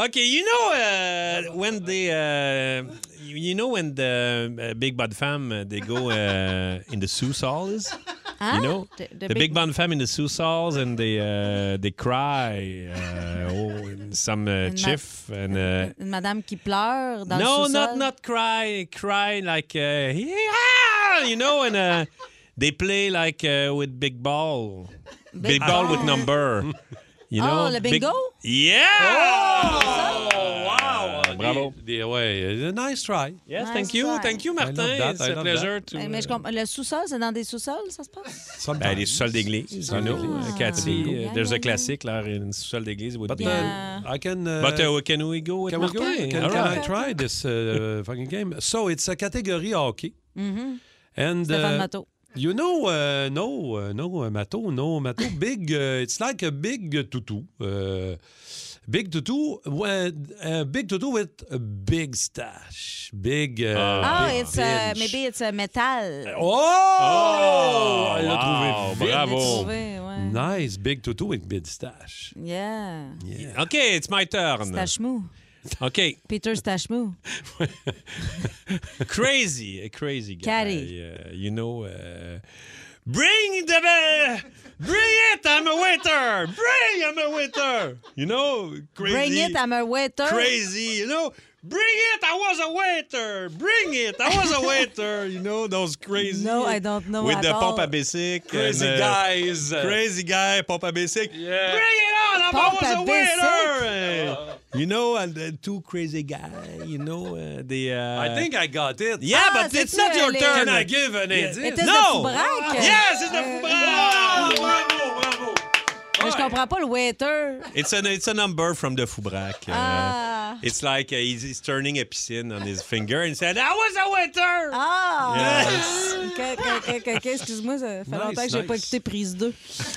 Speaker 5: Okay, you know uh, when the uh, you you know when the uh, big bad fam uh, they go uh, in the sousals,
Speaker 12: Huh?
Speaker 5: you know
Speaker 12: The-
Speaker 5: the,
Speaker 12: the big-
Speaker 5: big, bad fam in the sousals and they uh, they cry uh, oh, and some uh,
Speaker 4: not-
Speaker 5: chief and uh,
Speaker 4: Une madame qui pleure dans
Speaker 5: no,
Speaker 4: le sous-sol.
Speaker 5: not not cry, cry like uh, yeah, you know, and uh, they play like uh, with big ball,
Speaker 4: Big
Speaker 5: big, ball.
Speaker 4: ball.
Speaker 5: with number, you know.
Speaker 4: Oh, le
Speaker 5: big-
Speaker 4: bingo? Oh!
Speaker 5: yeah.
Speaker 3: euh,
Speaker 5: Ah, Bravo.
Speaker 3: des- des- ouais, euh, nice try.
Speaker 5: Yes,
Speaker 4: Nice
Speaker 5: thank you,
Speaker 4: try.
Speaker 5: thank you,
Speaker 3: I love
Speaker 5: Martin.
Speaker 3: that, I
Speaker 5: It's a
Speaker 3: love
Speaker 5: pleasure
Speaker 3: that.
Speaker 5: to.
Speaker 4: Eh, Mais je comprends- Le sous-sol, c'est dans des sous-sols, ça se passe?
Speaker 5: Ben, les sous-sols d'église, you know, Cathy. uh, There's a classic là, in sous-sol d'église. would
Speaker 3: But
Speaker 5: be-
Speaker 3: uh, I can. uh,
Speaker 5: But uh, can we go with
Speaker 3: can, we go?
Speaker 5: Martin?
Speaker 3: Can-
Speaker 5: All
Speaker 3: can I
Speaker 5: right.
Speaker 3: try this uh, fucking game? So it's a category hockey.
Speaker 5: Mm-hmm.
Speaker 4: Mhm.
Speaker 3: And
Speaker 4: Stéphane
Speaker 3: uh,
Speaker 4: Matteau.
Speaker 3: You know, uh, no, uh, no, uh, Mato, no, Mato, big, uh, it's like a big uh, tutu. Uh, big tutu, well, uh, big tutu with a big stash. Big. Uh,
Speaker 4: Ah,
Speaker 3: big
Speaker 4: it's a,
Speaker 3: pinch.
Speaker 4: maybe it's a metal.
Speaker 3: Oh! Elle l'a
Speaker 5: wow,
Speaker 3: trouvé vite.
Speaker 5: bravo.
Speaker 4: Trouvé, ouais.
Speaker 3: Nice, big tutu with big stash.
Speaker 4: Yeah.
Speaker 5: Okay, it's my turn.
Speaker 4: Stachemou.
Speaker 5: Okay.
Speaker 4: Peter Stachemou.
Speaker 5: crazy, a crazy guy.
Speaker 4: Caddy.
Speaker 5: Uh, you know, uh, bring the bell, bring it, I'm a waiter, bring, I'm a waiter. You know, crazy.
Speaker 4: Bring it, I'm a waiter.
Speaker 5: Crazy, you know, bring it, I was a waiter, bring it, I was a waiter. You know, those crazy.
Speaker 4: No, I don't know
Speaker 5: With
Speaker 4: at
Speaker 5: the
Speaker 4: all.
Speaker 5: pompe à basic.
Speaker 3: Crazy guys.
Speaker 5: Crazy guy, pompe à basic. Bring it on, I'm
Speaker 12: Pompe
Speaker 5: always
Speaker 12: à
Speaker 5: a waiter. Uh, you know, and the two crazy guys, you know, uh, the. Uh,
Speaker 3: I think I got it.
Speaker 5: Yeah,
Speaker 12: Ah,
Speaker 5: but it's
Speaker 12: c'est-tu
Speaker 5: not your
Speaker 12: les-
Speaker 5: turn.
Speaker 12: Can I give
Speaker 3: an
Speaker 5: Yeah.
Speaker 3: indice? It
Speaker 4: is
Speaker 5: no.
Speaker 4: the Foubraque.
Speaker 5: Yes, it's the
Speaker 4: Euh,
Speaker 5: Foubraque.
Speaker 4: wow.
Speaker 5: Bravo, bravo.
Speaker 4: Mais je comprends pas le waiter.
Speaker 5: It's a it's a number from the Foubraque. Uh,
Speaker 4: Ah.
Speaker 5: It's like uh, he's, he's turning a piscine on his finger and said, "I was a waiter."
Speaker 4: Ah!
Speaker 5: Yes.
Speaker 4: OK, OK, OK, OK. Excuse-moi, ça fait
Speaker 5: Nice,
Speaker 4: longtemps que j'ai pas
Speaker 5: nice.
Speaker 4: écouté Prise 2.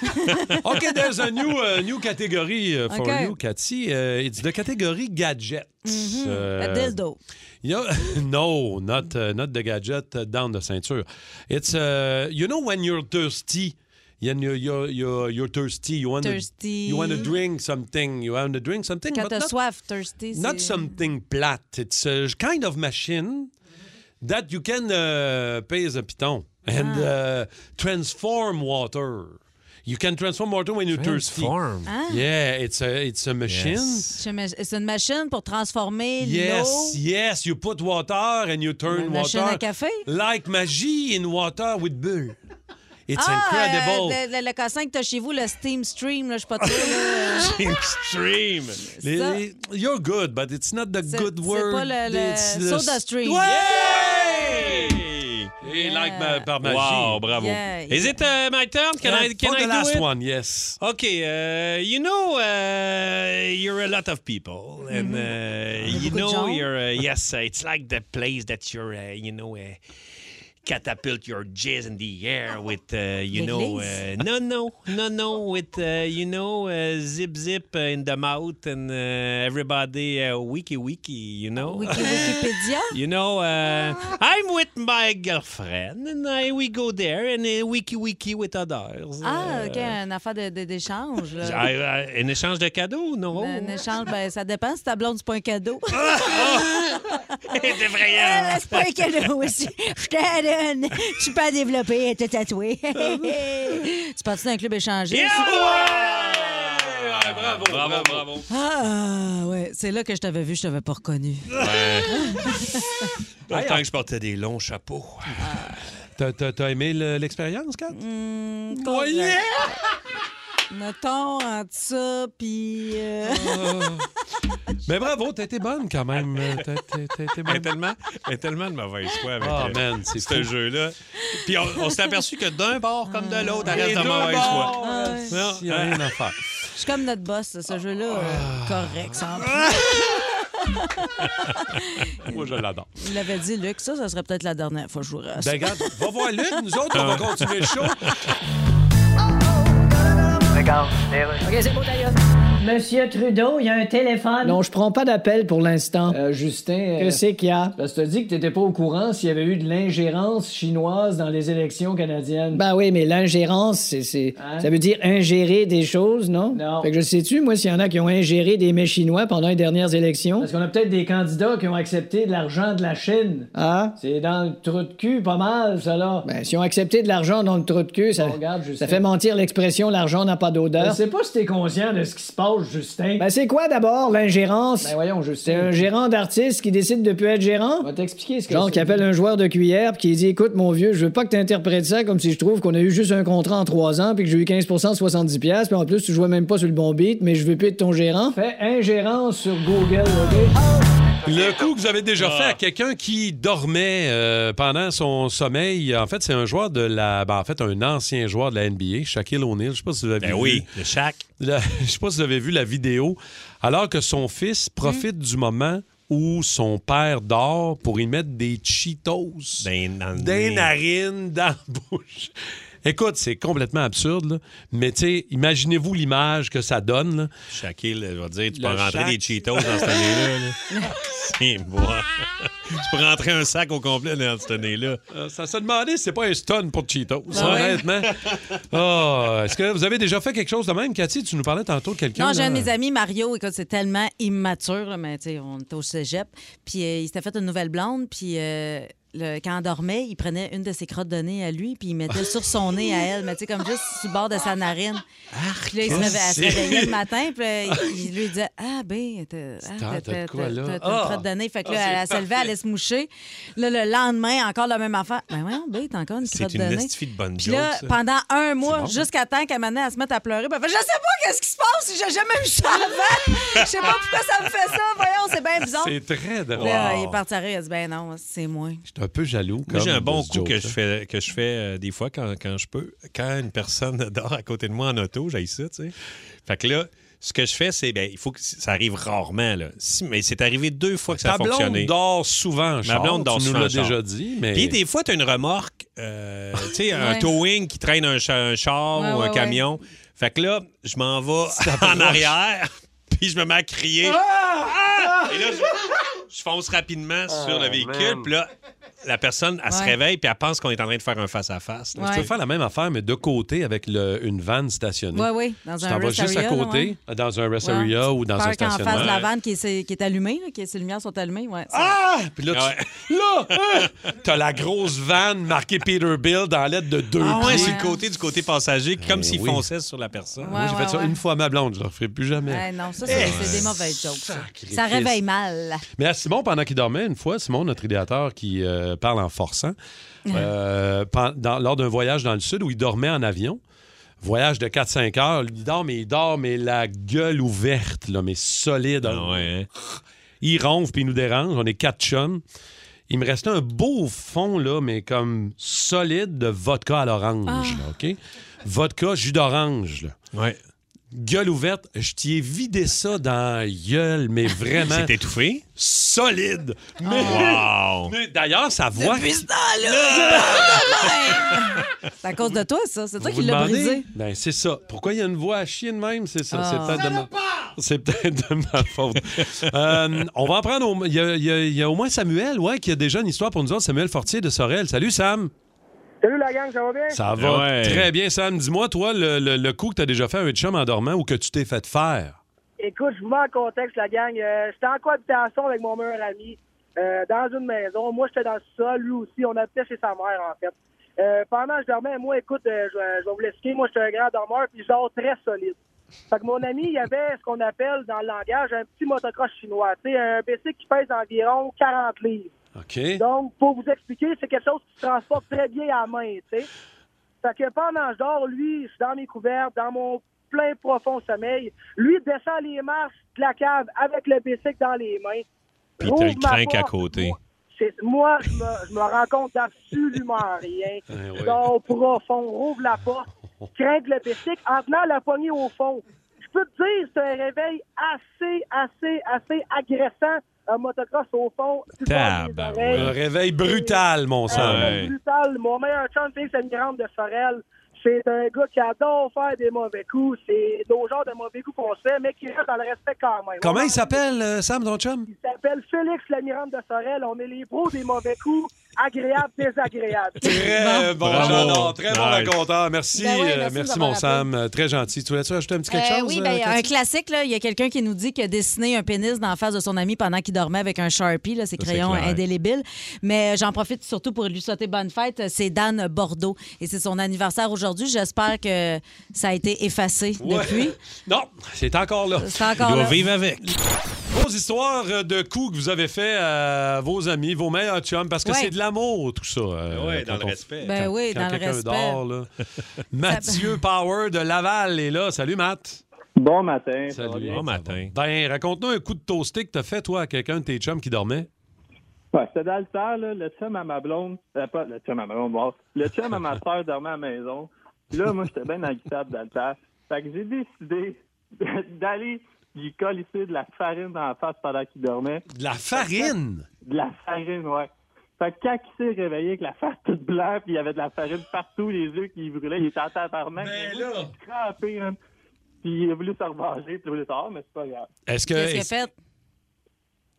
Speaker 3: OK, there's a new, uh, new category uh, for
Speaker 4: Okay.
Speaker 3: you, Cathy. Uh, it's the category gadget.
Speaker 4: Mhm.
Speaker 3: Uh,
Speaker 4: A dildo.
Speaker 3: You know- no, not, uh, not the gadget uh, down the ceinture. It's, uh, you know, when you're thirsty, and you're, you're, you're, you're thirsty, you want to
Speaker 4: Thirsty.
Speaker 3: you want to drink something, you want to drink something,
Speaker 4: Quand
Speaker 3: but
Speaker 4: t'as
Speaker 3: not,
Speaker 4: soif, thirsty, c'est-
Speaker 3: not something plate. It's a kind of machine that you can uh, pay as a piton
Speaker 4: Ah.
Speaker 3: and uh, transform water. You can transform water when you're
Speaker 5: Transform.
Speaker 3: thirsty.
Speaker 4: Ah.
Speaker 3: Yeah, it's a it's a machine.
Speaker 4: C'est ma- c'est une machine pour transformer
Speaker 3: Yes,
Speaker 4: l'eau.
Speaker 3: yes, you put water and you turn
Speaker 4: Une
Speaker 3: water
Speaker 4: machine à café?
Speaker 3: like magie in water with bull. It's
Speaker 4: ah,
Speaker 3: incredible.
Speaker 4: euh, le, le, le cassin que t'as chez vous, le Steam Stream, là, je sais pas trop. là.
Speaker 5: Stream.
Speaker 3: Les-
Speaker 4: ça.
Speaker 3: les- you're good, but it's not the
Speaker 4: C'est-
Speaker 3: good
Speaker 4: c'est
Speaker 3: word.
Speaker 4: pas le- le
Speaker 3: It's the-
Speaker 4: Soda Stream.
Speaker 3: Ouais! Et like ma- par magie.
Speaker 5: Wow, bravo.
Speaker 3: Yeah,
Speaker 5: Is it uh, my turn? Can I
Speaker 3: Ah, Yeah,
Speaker 5: can
Speaker 3: for
Speaker 5: I
Speaker 3: the
Speaker 5: do
Speaker 3: last
Speaker 5: it?
Speaker 3: one, yes.
Speaker 5: Okay, uh, you know uh, you're a lot of people, and uh, you
Speaker 12: beaucoup de
Speaker 5: know
Speaker 12: gens.
Speaker 5: you're uh, yes, uh, it's like the place that you're uh, you know uh, catapult your jizz in the air with uh, you know uh,
Speaker 12: L'église.
Speaker 5: no no no no with uh, you know uh, zip zip uh, in the mouth and uh, everybody uh, wiki wiki you know
Speaker 4: Wikipédia?
Speaker 5: you know, uh, I'm with my girlfriend, and I, we go there and uh, wiki wiki with others.
Speaker 4: Ah,
Speaker 5: Uh,
Speaker 4: OK, une affaire de- de- d'échange. là.
Speaker 5: I- I- un échange de cadeaux, non?
Speaker 4: Un échange, ben, ça dépend si ta blonde, c'est pas un cadeau.
Speaker 5: C'est vrai,
Speaker 4: Ah, là, c'est pas un cadeau aussi. Je te la donne. Je suis pas développée, elle était tatouée. c'est parti d'un club échangé. ça?
Speaker 3: Ah, bravo, bravo, bravo.
Speaker 4: Ah, ouais, c'est là que je t'avais vu, je t'avais pas reconnu.
Speaker 5: Pourtant que je portais des longs chapeaux.
Speaker 4: Ah.
Speaker 3: T'as- T'as t'as aimé le- l'expérience, Kat?
Speaker 4: Mm. Voyez! euh, Mettons entre ça, puis. euh,
Speaker 3: Mais bravo, t'as été bonne quand même. T'as- t'as- t'as été
Speaker 5: Elle est
Speaker 3: bonne.
Speaker 5: tellement, elle est tellement de mauvaise foi avec
Speaker 3: Ah,
Speaker 5: euh,
Speaker 3: man, c'est
Speaker 5: ce
Speaker 3: fou.
Speaker 5: jeu-là. Puis on, on s'est aperçu que d'un bord comme de l'autre, elle
Speaker 3: Les
Speaker 5: reste de
Speaker 3: deux
Speaker 5: mauvaise
Speaker 3: bords,
Speaker 5: foi.
Speaker 4: euh,
Speaker 5: Non, hein.
Speaker 3: s'il y a rien à faire.
Speaker 4: Je suis comme notre boss, ce jeu-là. euh, Correct, sans plus.
Speaker 3: Moi, je l'adore.
Speaker 4: Il l'avait dit, Luc, ça, ça serait peut-être la dernière fois que je vous reste.
Speaker 3: Ben, regarde, va voir Luc, nous autres,
Speaker 5: Euh.
Speaker 3: on va continuer le show.
Speaker 8: OK, c'est beau, d'ailleurs. Monsieur Trudeau, il y a un téléphone.
Speaker 7: Non, je prends pas d'appel pour l'instant.
Speaker 8: Euh,
Speaker 7: Justin. Que c'est qu'il y a? Parce que t'as dit que t'étais pas au courant s'il y avait eu de l'ingérence chinoise dans les élections canadiennes. Ben oui, mais l'ingérence, c'est. c'est- Ça veut dire ingérer des choses, non? Hein? Non. Fait que je sais-tu, moi, s'il y en a qui ont ingéré des mets chinois pendant les dernières élections? Parce qu'on a peut-être des candidats qui ont accepté de l'argent de la Chine. Ah? C'est dans le trou de cul, pas mal, ça, là. Ben, s'ils ont accepté de l'argent dans le trou de cul, ça, ça fait mentir l'expression l'argent n'a pas
Speaker 8: Je
Speaker 7: d'odeur.
Speaker 8: sais
Speaker 7: pas si t'es conscient de ce qui se passe, Justin. Ben, c'est quoi d'abord l'ingérence? Ben, voyons, Justin. C'est un gérant d'artiste qui décide de plus être gérant? On va t'expliquer ce
Speaker 8: que
Speaker 7: Genre,
Speaker 8: c'est.
Speaker 7: qui appelle un joueur de cuillère puis qui dit Écoute, mon vieux, je veux pas que t'interprètes ça comme si je trouve qu'on a eu juste un contrat en trois ans puis que j'ai eu 15 70$, puis en plus, tu jouais même pas sur le bon beat, mais je veux plus être ton gérant. Fais ingérence sur Google,
Speaker 3: Le coup que vous avez déjà fait à quelqu'un qui dormait euh, pendant son sommeil, en fait, c'est un joueur de la. ben, en fait, un ancien joueur de la NBA, Shaquille O'Neal. Je sais pas si vous avez
Speaker 5: Ben
Speaker 3: vu.
Speaker 5: oui, le Shaq.
Speaker 3: La- je sais pas si vous avez vu la vidéo. Alors que son fils profite du moment où son père dort pour y mettre des Cheetos.
Speaker 5: Ben,
Speaker 3: Des narines dans la bouche. Écoute, c'est complètement absurde, là. mais tu sais, imaginez-vous l'image que ça donne. là.
Speaker 5: Shaquille, je vais te dire, tu peux
Speaker 3: Le
Speaker 5: rentrer
Speaker 3: Shaq.
Speaker 5: des Cheetos dans cette année-là. là. C'est moi. tu peux rentrer un sac au complet dans cette année-là.
Speaker 3: Euh, ça se demandait si c'est pas un stun pour Cheetos,
Speaker 4: Ah ouais.
Speaker 3: honnêtement. Ah, Est-ce que vous avez déjà fait quelque chose de même, Cathy? Tu nous parlais tantôt de quelqu'un. euh,
Speaker 4: Non, j'ai
Speaker 3: là.
Speaker 4: un de mes amis, Mario, écoute, c'est tellement immature, là, mais tu sais, on était au cégep. Puis euh, il s'était fait une nouvelle blonde, puis euh, le- quand elle dormait, il prenait une de ses crottes de nez à lui, puis il mettait sur son nez à elle, mais tu sais, comme juste sur le bord de sa narine. Puis là, il se
Speaker 12: qu'est-ce
Speaker 4: réveillait- elle se
Speaker 12: que c'est?
Speaker 4: réveillait le matin, puis là, il il lui disait Ah, ben, t'as ah,
Speaker 12: Star,
Speaker 4: t'as-
Speaker 12: t'as
Speaker 4: t'as-
Speaker 12: de quoi,
Speaker 4: t'as-
Speaker 12: là?
Speaker 4: t'as une
Speaker 12: Ah!
Speaker 4: crotte de nez. Fait que
Speaker 12: Ah, c'est
Speaker 4: là, elle se levait, elle allait se moucher. Là, le lendemain, encore la même affaire. Ben, voyons, ben, t'as encore une
Speaker 5: C'est
Speaker 4: crotte
Speaker 5: une
Speaker 4: de nez.
Speaker 5: estifie de bonne
Speaker 4: Puis là,
Speaker 5: joke, ça.
Speaker 4: pendant un mois,
Speaker 5: bon, ça.
Speaker 4: jusqu'à temps qu'elle m'amenait à se mettre à pleurer, ben, elle fait, je sais pas qu'est-ce qui se passe, Oh, j'ai jamais vu ça avant. Je sais pas pourquoi ça me fait ça. Voyons, c'est bien bizarre.
Speaker 3: C'est très drôle.
Speaker 4: Là,
Speaker 5: Wow.
Speaker 4: il est parti à rire, il dit, ben non, c'est moi.
Speaker 3: J'étais un peu jaloux.
Speaker 5: Moi, j'ai
Speaker 3: comme,
Speaker 5: un bon
Speaker 3: de ce
Speaker 5: coup que
Speaker 3: joke-là.
Speaker 5: je fais, que je fais euh, des fois quand, quand je peux. Quand une personne dort à côté de moi en auto, j'ai ça, tu sais. Fait que là, ce que je fais, c'est, ben, il faut que ça arrive rarement, là. Si- mais c'est arrivé deux fois que ça
Speaker 3: Ta
Speaker 5: a
Speaker 3: blonde
Speaker 5: fonctionné.
Speaker 3: dort souvent, en
Speaker 5: Ma
Speaker 3: char,
Speaker 5: blonde dort
Speaker 3: tu nous
Speaker 5: souvent en
Speaker 3: l'as
Speaker 5: char.
Speaker 3: déjà dit, mais-
Speaker 5: Puis des fois, t'as une remorque, euh, tu sais, un
Speaker 3: Ouais.
Speaker 5: towing qui traîne un, cha- un char
Speaker 3: Ouais,
Speaker 5: ou un
Speaker 3: ouais, ouais.
Speaker 5: camion. Fait que là, je m'en vais en arrière, puis je me mets à
Speaker 3: Ah!
Speaker 5: crier. Ah! Et là, je, je fonce
Speaker 3: Ah,
Speaker 5: rapidement sur le véhicule. Puis là, la personne, elle se
Speaker 3: Ouais.
Speaker 5: réveille puis elle pense qu'on est en train de faire un face-à-face. là.
Speaker 3: Tu peux faire la même affaire, mais de côté avec le- une vanne stationnée.
Speaker 4: Ouais, ouais, dans
Speaker 3: tu
Speaker 4: un
Speaker 3: t'en vas
Speaker 4: rest
Speaker 3: juste à
Speaker 4: area, là,
Speaker 3: côté, dans un rest
Speaker 4: Ouais.
Speaker 3: area ou dans un
Speaker 4: Parc en
Speaker 3: stationnement.
Speaker 4: face de la vanne qui est, qui est allumée, là, qui est- ses lumières sont allumées. Ouais,
Speaker 3: Ah! Puis là, tu... là, hein, t'as la grosse vanne marquée Peterbilt dans l'aide de deux
Speaker 5: Ah ouais,
Speaker 3: pieds.
Speaker 5: sur le côté du côté passager, comme
Speaker 3: Eh
Speaker 5: s'il
Speaker 3: oui.
Speaker 5: fonçait sur la personne.
Speaker 4: Ouais,
Speaker 3: Moi, j'ai fait
Speaker 4: ouais,
Speaker 3: ça
Speaker 4: ouais.
Speaker 3: une fois à ma blonde, je ne le referai plus jamais.
Speaker 4: Ouais, non, ça, c'est
Speaker 3: Eh,
Speaker 4: c'est des mauvaises jokes. Ça, Ça
Speaker 3: Christ.
Speaker 4: réveille mal.
Speaker 3: Mais à Simon, pendant qu'il dormait, une fois, Simon, notre idéateur qui euh, parle en forçant, euh, pen- dans- lors d'un voyage dans le sud où il dormait en avion, voyage de 4-5 heures, il dort, mais il dort, mais la gueule ouverte, là, mais solide. Il ronfle puis il nous dérange. On est quatre chums. Il me restait un beau fond, là, mais comme solide de vodka à l'orange. là, OK? Vodka, jus d'orange. là. Gueule ouverte, je t'y ai vidé ça dans la gueule, mais vraiment.
Speaker 5: C'est étouffé?
Speaker 3: Solide! Mais,
Speaker 5: Wow.
Speaker 3: mais d'ailleurs, sa voix.
Speaker 4: Depuis ce C'est à cause de toi, ça. C'est toi
Speaker 3: Vous
Speaker 4: qui l'as
Speaker 3: demandez?
Speaker 4: brisé.
Speaker 3: Ben, c'est ça. Pourquoi il y a une voix à chier de même? C'est ça.
Speaker 4: Ah.
Speaker 3: C'est peut-être de ma... C'est peut-être de ma faute. Euh, on va en prendre. au- Il y, a- il y a- il y a au moins Samuel, ouais, qui a déjà une histoire pour nous autres. Samuel Fortier de Sorel. Salut, Sam.
Speaker 9: Salut la gang, ça va bien?
Speaker 3: Ça va très bien, Sam. Dis-moi, toi, le, le- le coup que tu as déjà fait à un chum en dormant ou que tu t'es fait faire.
Speaker 9: Écoute, je vous mets en contexte, la gang. Euh, j'étais en cohabitation avec mon meilleur ami euh, dans une maison. Moi, j'étais dans le sol. Lui aussi, on habitait chez sa mère, en fait. Euh, pendant que je dormais, moi, écoute, euh, je, vais- je vais vous l'expliquer. Moi, j'étais un grand dormeur, puis je dors très solide. Fait que mon ami, il y avait ce qu'on appelle dans le langage un petit motocross chinois. Tu sais, un bicycle qui pèse environ 40 livres.
Speaker 3: OK.
Speaker 9: Donc, pour vous expliquer, c'est quelque chose qui se transporte très bien à la main, tu sais. Fait que pendant que je dors, lui, je suis dans mes couvertes, dans mon plein profond sommeil. Lui descend les marches de la cave avec le bicycle dans les mains.
Speaker 5: Puis
Speaker 9: Rouvre
Speaker 5: t'as le
Speaker 9: ma
Speaker 5: crinque à
Speaker 9: porte.
Speaker 5: côté.
Speaker 9: C'est- Moi, je me, je me rends compte d'absolument rien.
Speaker 5: Ah ouais.
Speaker 9: Je dors profond, rouvre la porte, crains le bicycle en tenant la poignée au fond. Je peux te dire, c'est un réveil assez, assez, assez agressant. Un motocross au fond. tu passes
Speaker 5: Ah
Speaker 9: les oreilles.
Speaker 3: Un réveil brutal, mon sang.
Speaker 9: Euh, brutal. Mon meilleur chum, c'est une grande de Sorel. C'est un gars qui adore faire des mauvais coups. C'est nos genres de mauvais coups qu'on se fait, mais qui reste dans le respect quand même.
Speaker 3: Comment il s'appelle, euh, Sam, ton chum?
Speaker 9: Il s'appelle Félix l'Amirante de Sorel. On est les pros des mauvais coups, agréables, désagréables.
Speaker 3: Très bon,
Speaker 5: Bravo.
Speaker 3: Jean-Don. Très bon
Speaker 5: Nice.
Speaker 3: raconteur. Merci,
Speaker 4: Ben oui,
Speaker 3: euh,
Speaker 4: merci
Speaker 3: merci,
Speaker 4: de m'avoir
Speaker 3: mon
Speaker 4: appelé.
Speaker 3: Sam. Euh, Très gentil. Tu voulais-tu ajouter un petit quelque
Speaker 4: Euh,
Speaker 3: chose?
Speaker 4: oui,
Speaker 3: euh,
Speaker 4: ben, un
Speaker 3: Cathy?
Speaker 4: classique, là. il y a quelqu'un qui nous dit qu'il a dessiné un pénis d'en face de son ami pendant qu'il dormait avec un Sharpie, là, ses
Speaker 3: Ça, c'est
Speaker 4: crayons
Speaker 3: clair.
Speaker 4: indélébiles. Mais euh, j'en profite surtout pour lui souhaiter bonne fête. C'est Dan Bordeaux et c'est son anniversaire aujourd'hui. J'espère que ça a été effacé
Speaker 3: Ouais.
Speaker 4: depuis.
Speaker 3: Non, c'est encore là.
Speaker 4: C'est encore Il doit là. vivre
Speaker 5: avec.
Speaker 3: Vos histoires de coups que vous avez fait à vos amis, vos meilleurs chums, parce que
Speaker 4: Ouais.
Speaker 3: c'est de l'amour, tout ça. euh,
Speaker 5: Ouais, dans
Speaker 3: quand
Speaker 5: le
Speaker 3: on-
Speaker 5: respect.
Speaker 4: Ben
Speaker 3: quand-
Speaker 4: oui,
Speaker 3: quand
Speaker 4: dans le
Speaker 3: quelqu'un
Speaker 4: respect.
Speaker 3: dort, là. Mathieu Power de Laval est là. Salut, Matt.
Speaker 11: Bon matin.
Speaker 3: Salut.
Speaker 5: bien? Bon matin.
Speaker 3: Ben, raconte-nous un coup de toasté que t'as fait, toi, à quelqu'un de tes chums qui dormait.
Speaker 11: Ouais, c'était dans le temps, là, le chum à ma blonde, euh, pas le chum à ma blonde, bon, le chum à ma soeur dormait à la maison. Puis Là, moi, j'étais bien agitable dans le temps. Fait que j'ai décidé d'aller lui coller de la farine dans la face pendant qu'il dormait.
Speaker 3: De la farine?
Speaker 11: De la farine, ouais. Fait que quand il s'est réveillé avec la face toute blanche, puis il y avait de la farine partout, les yeux qui brûlaient, il était en tabarnak.
Speaker 3: Ben
Speaker 11: Mais là! Il était crampé, man. hein. Puis il a voulu se revenger, puis il a voulu sortir, mais c'est pas grave.
Speaker 3: Est-ce que.
Speaker 4: Qu'est-ce qu'il a
Speaker 3: est-ce-
Speaker 4: fait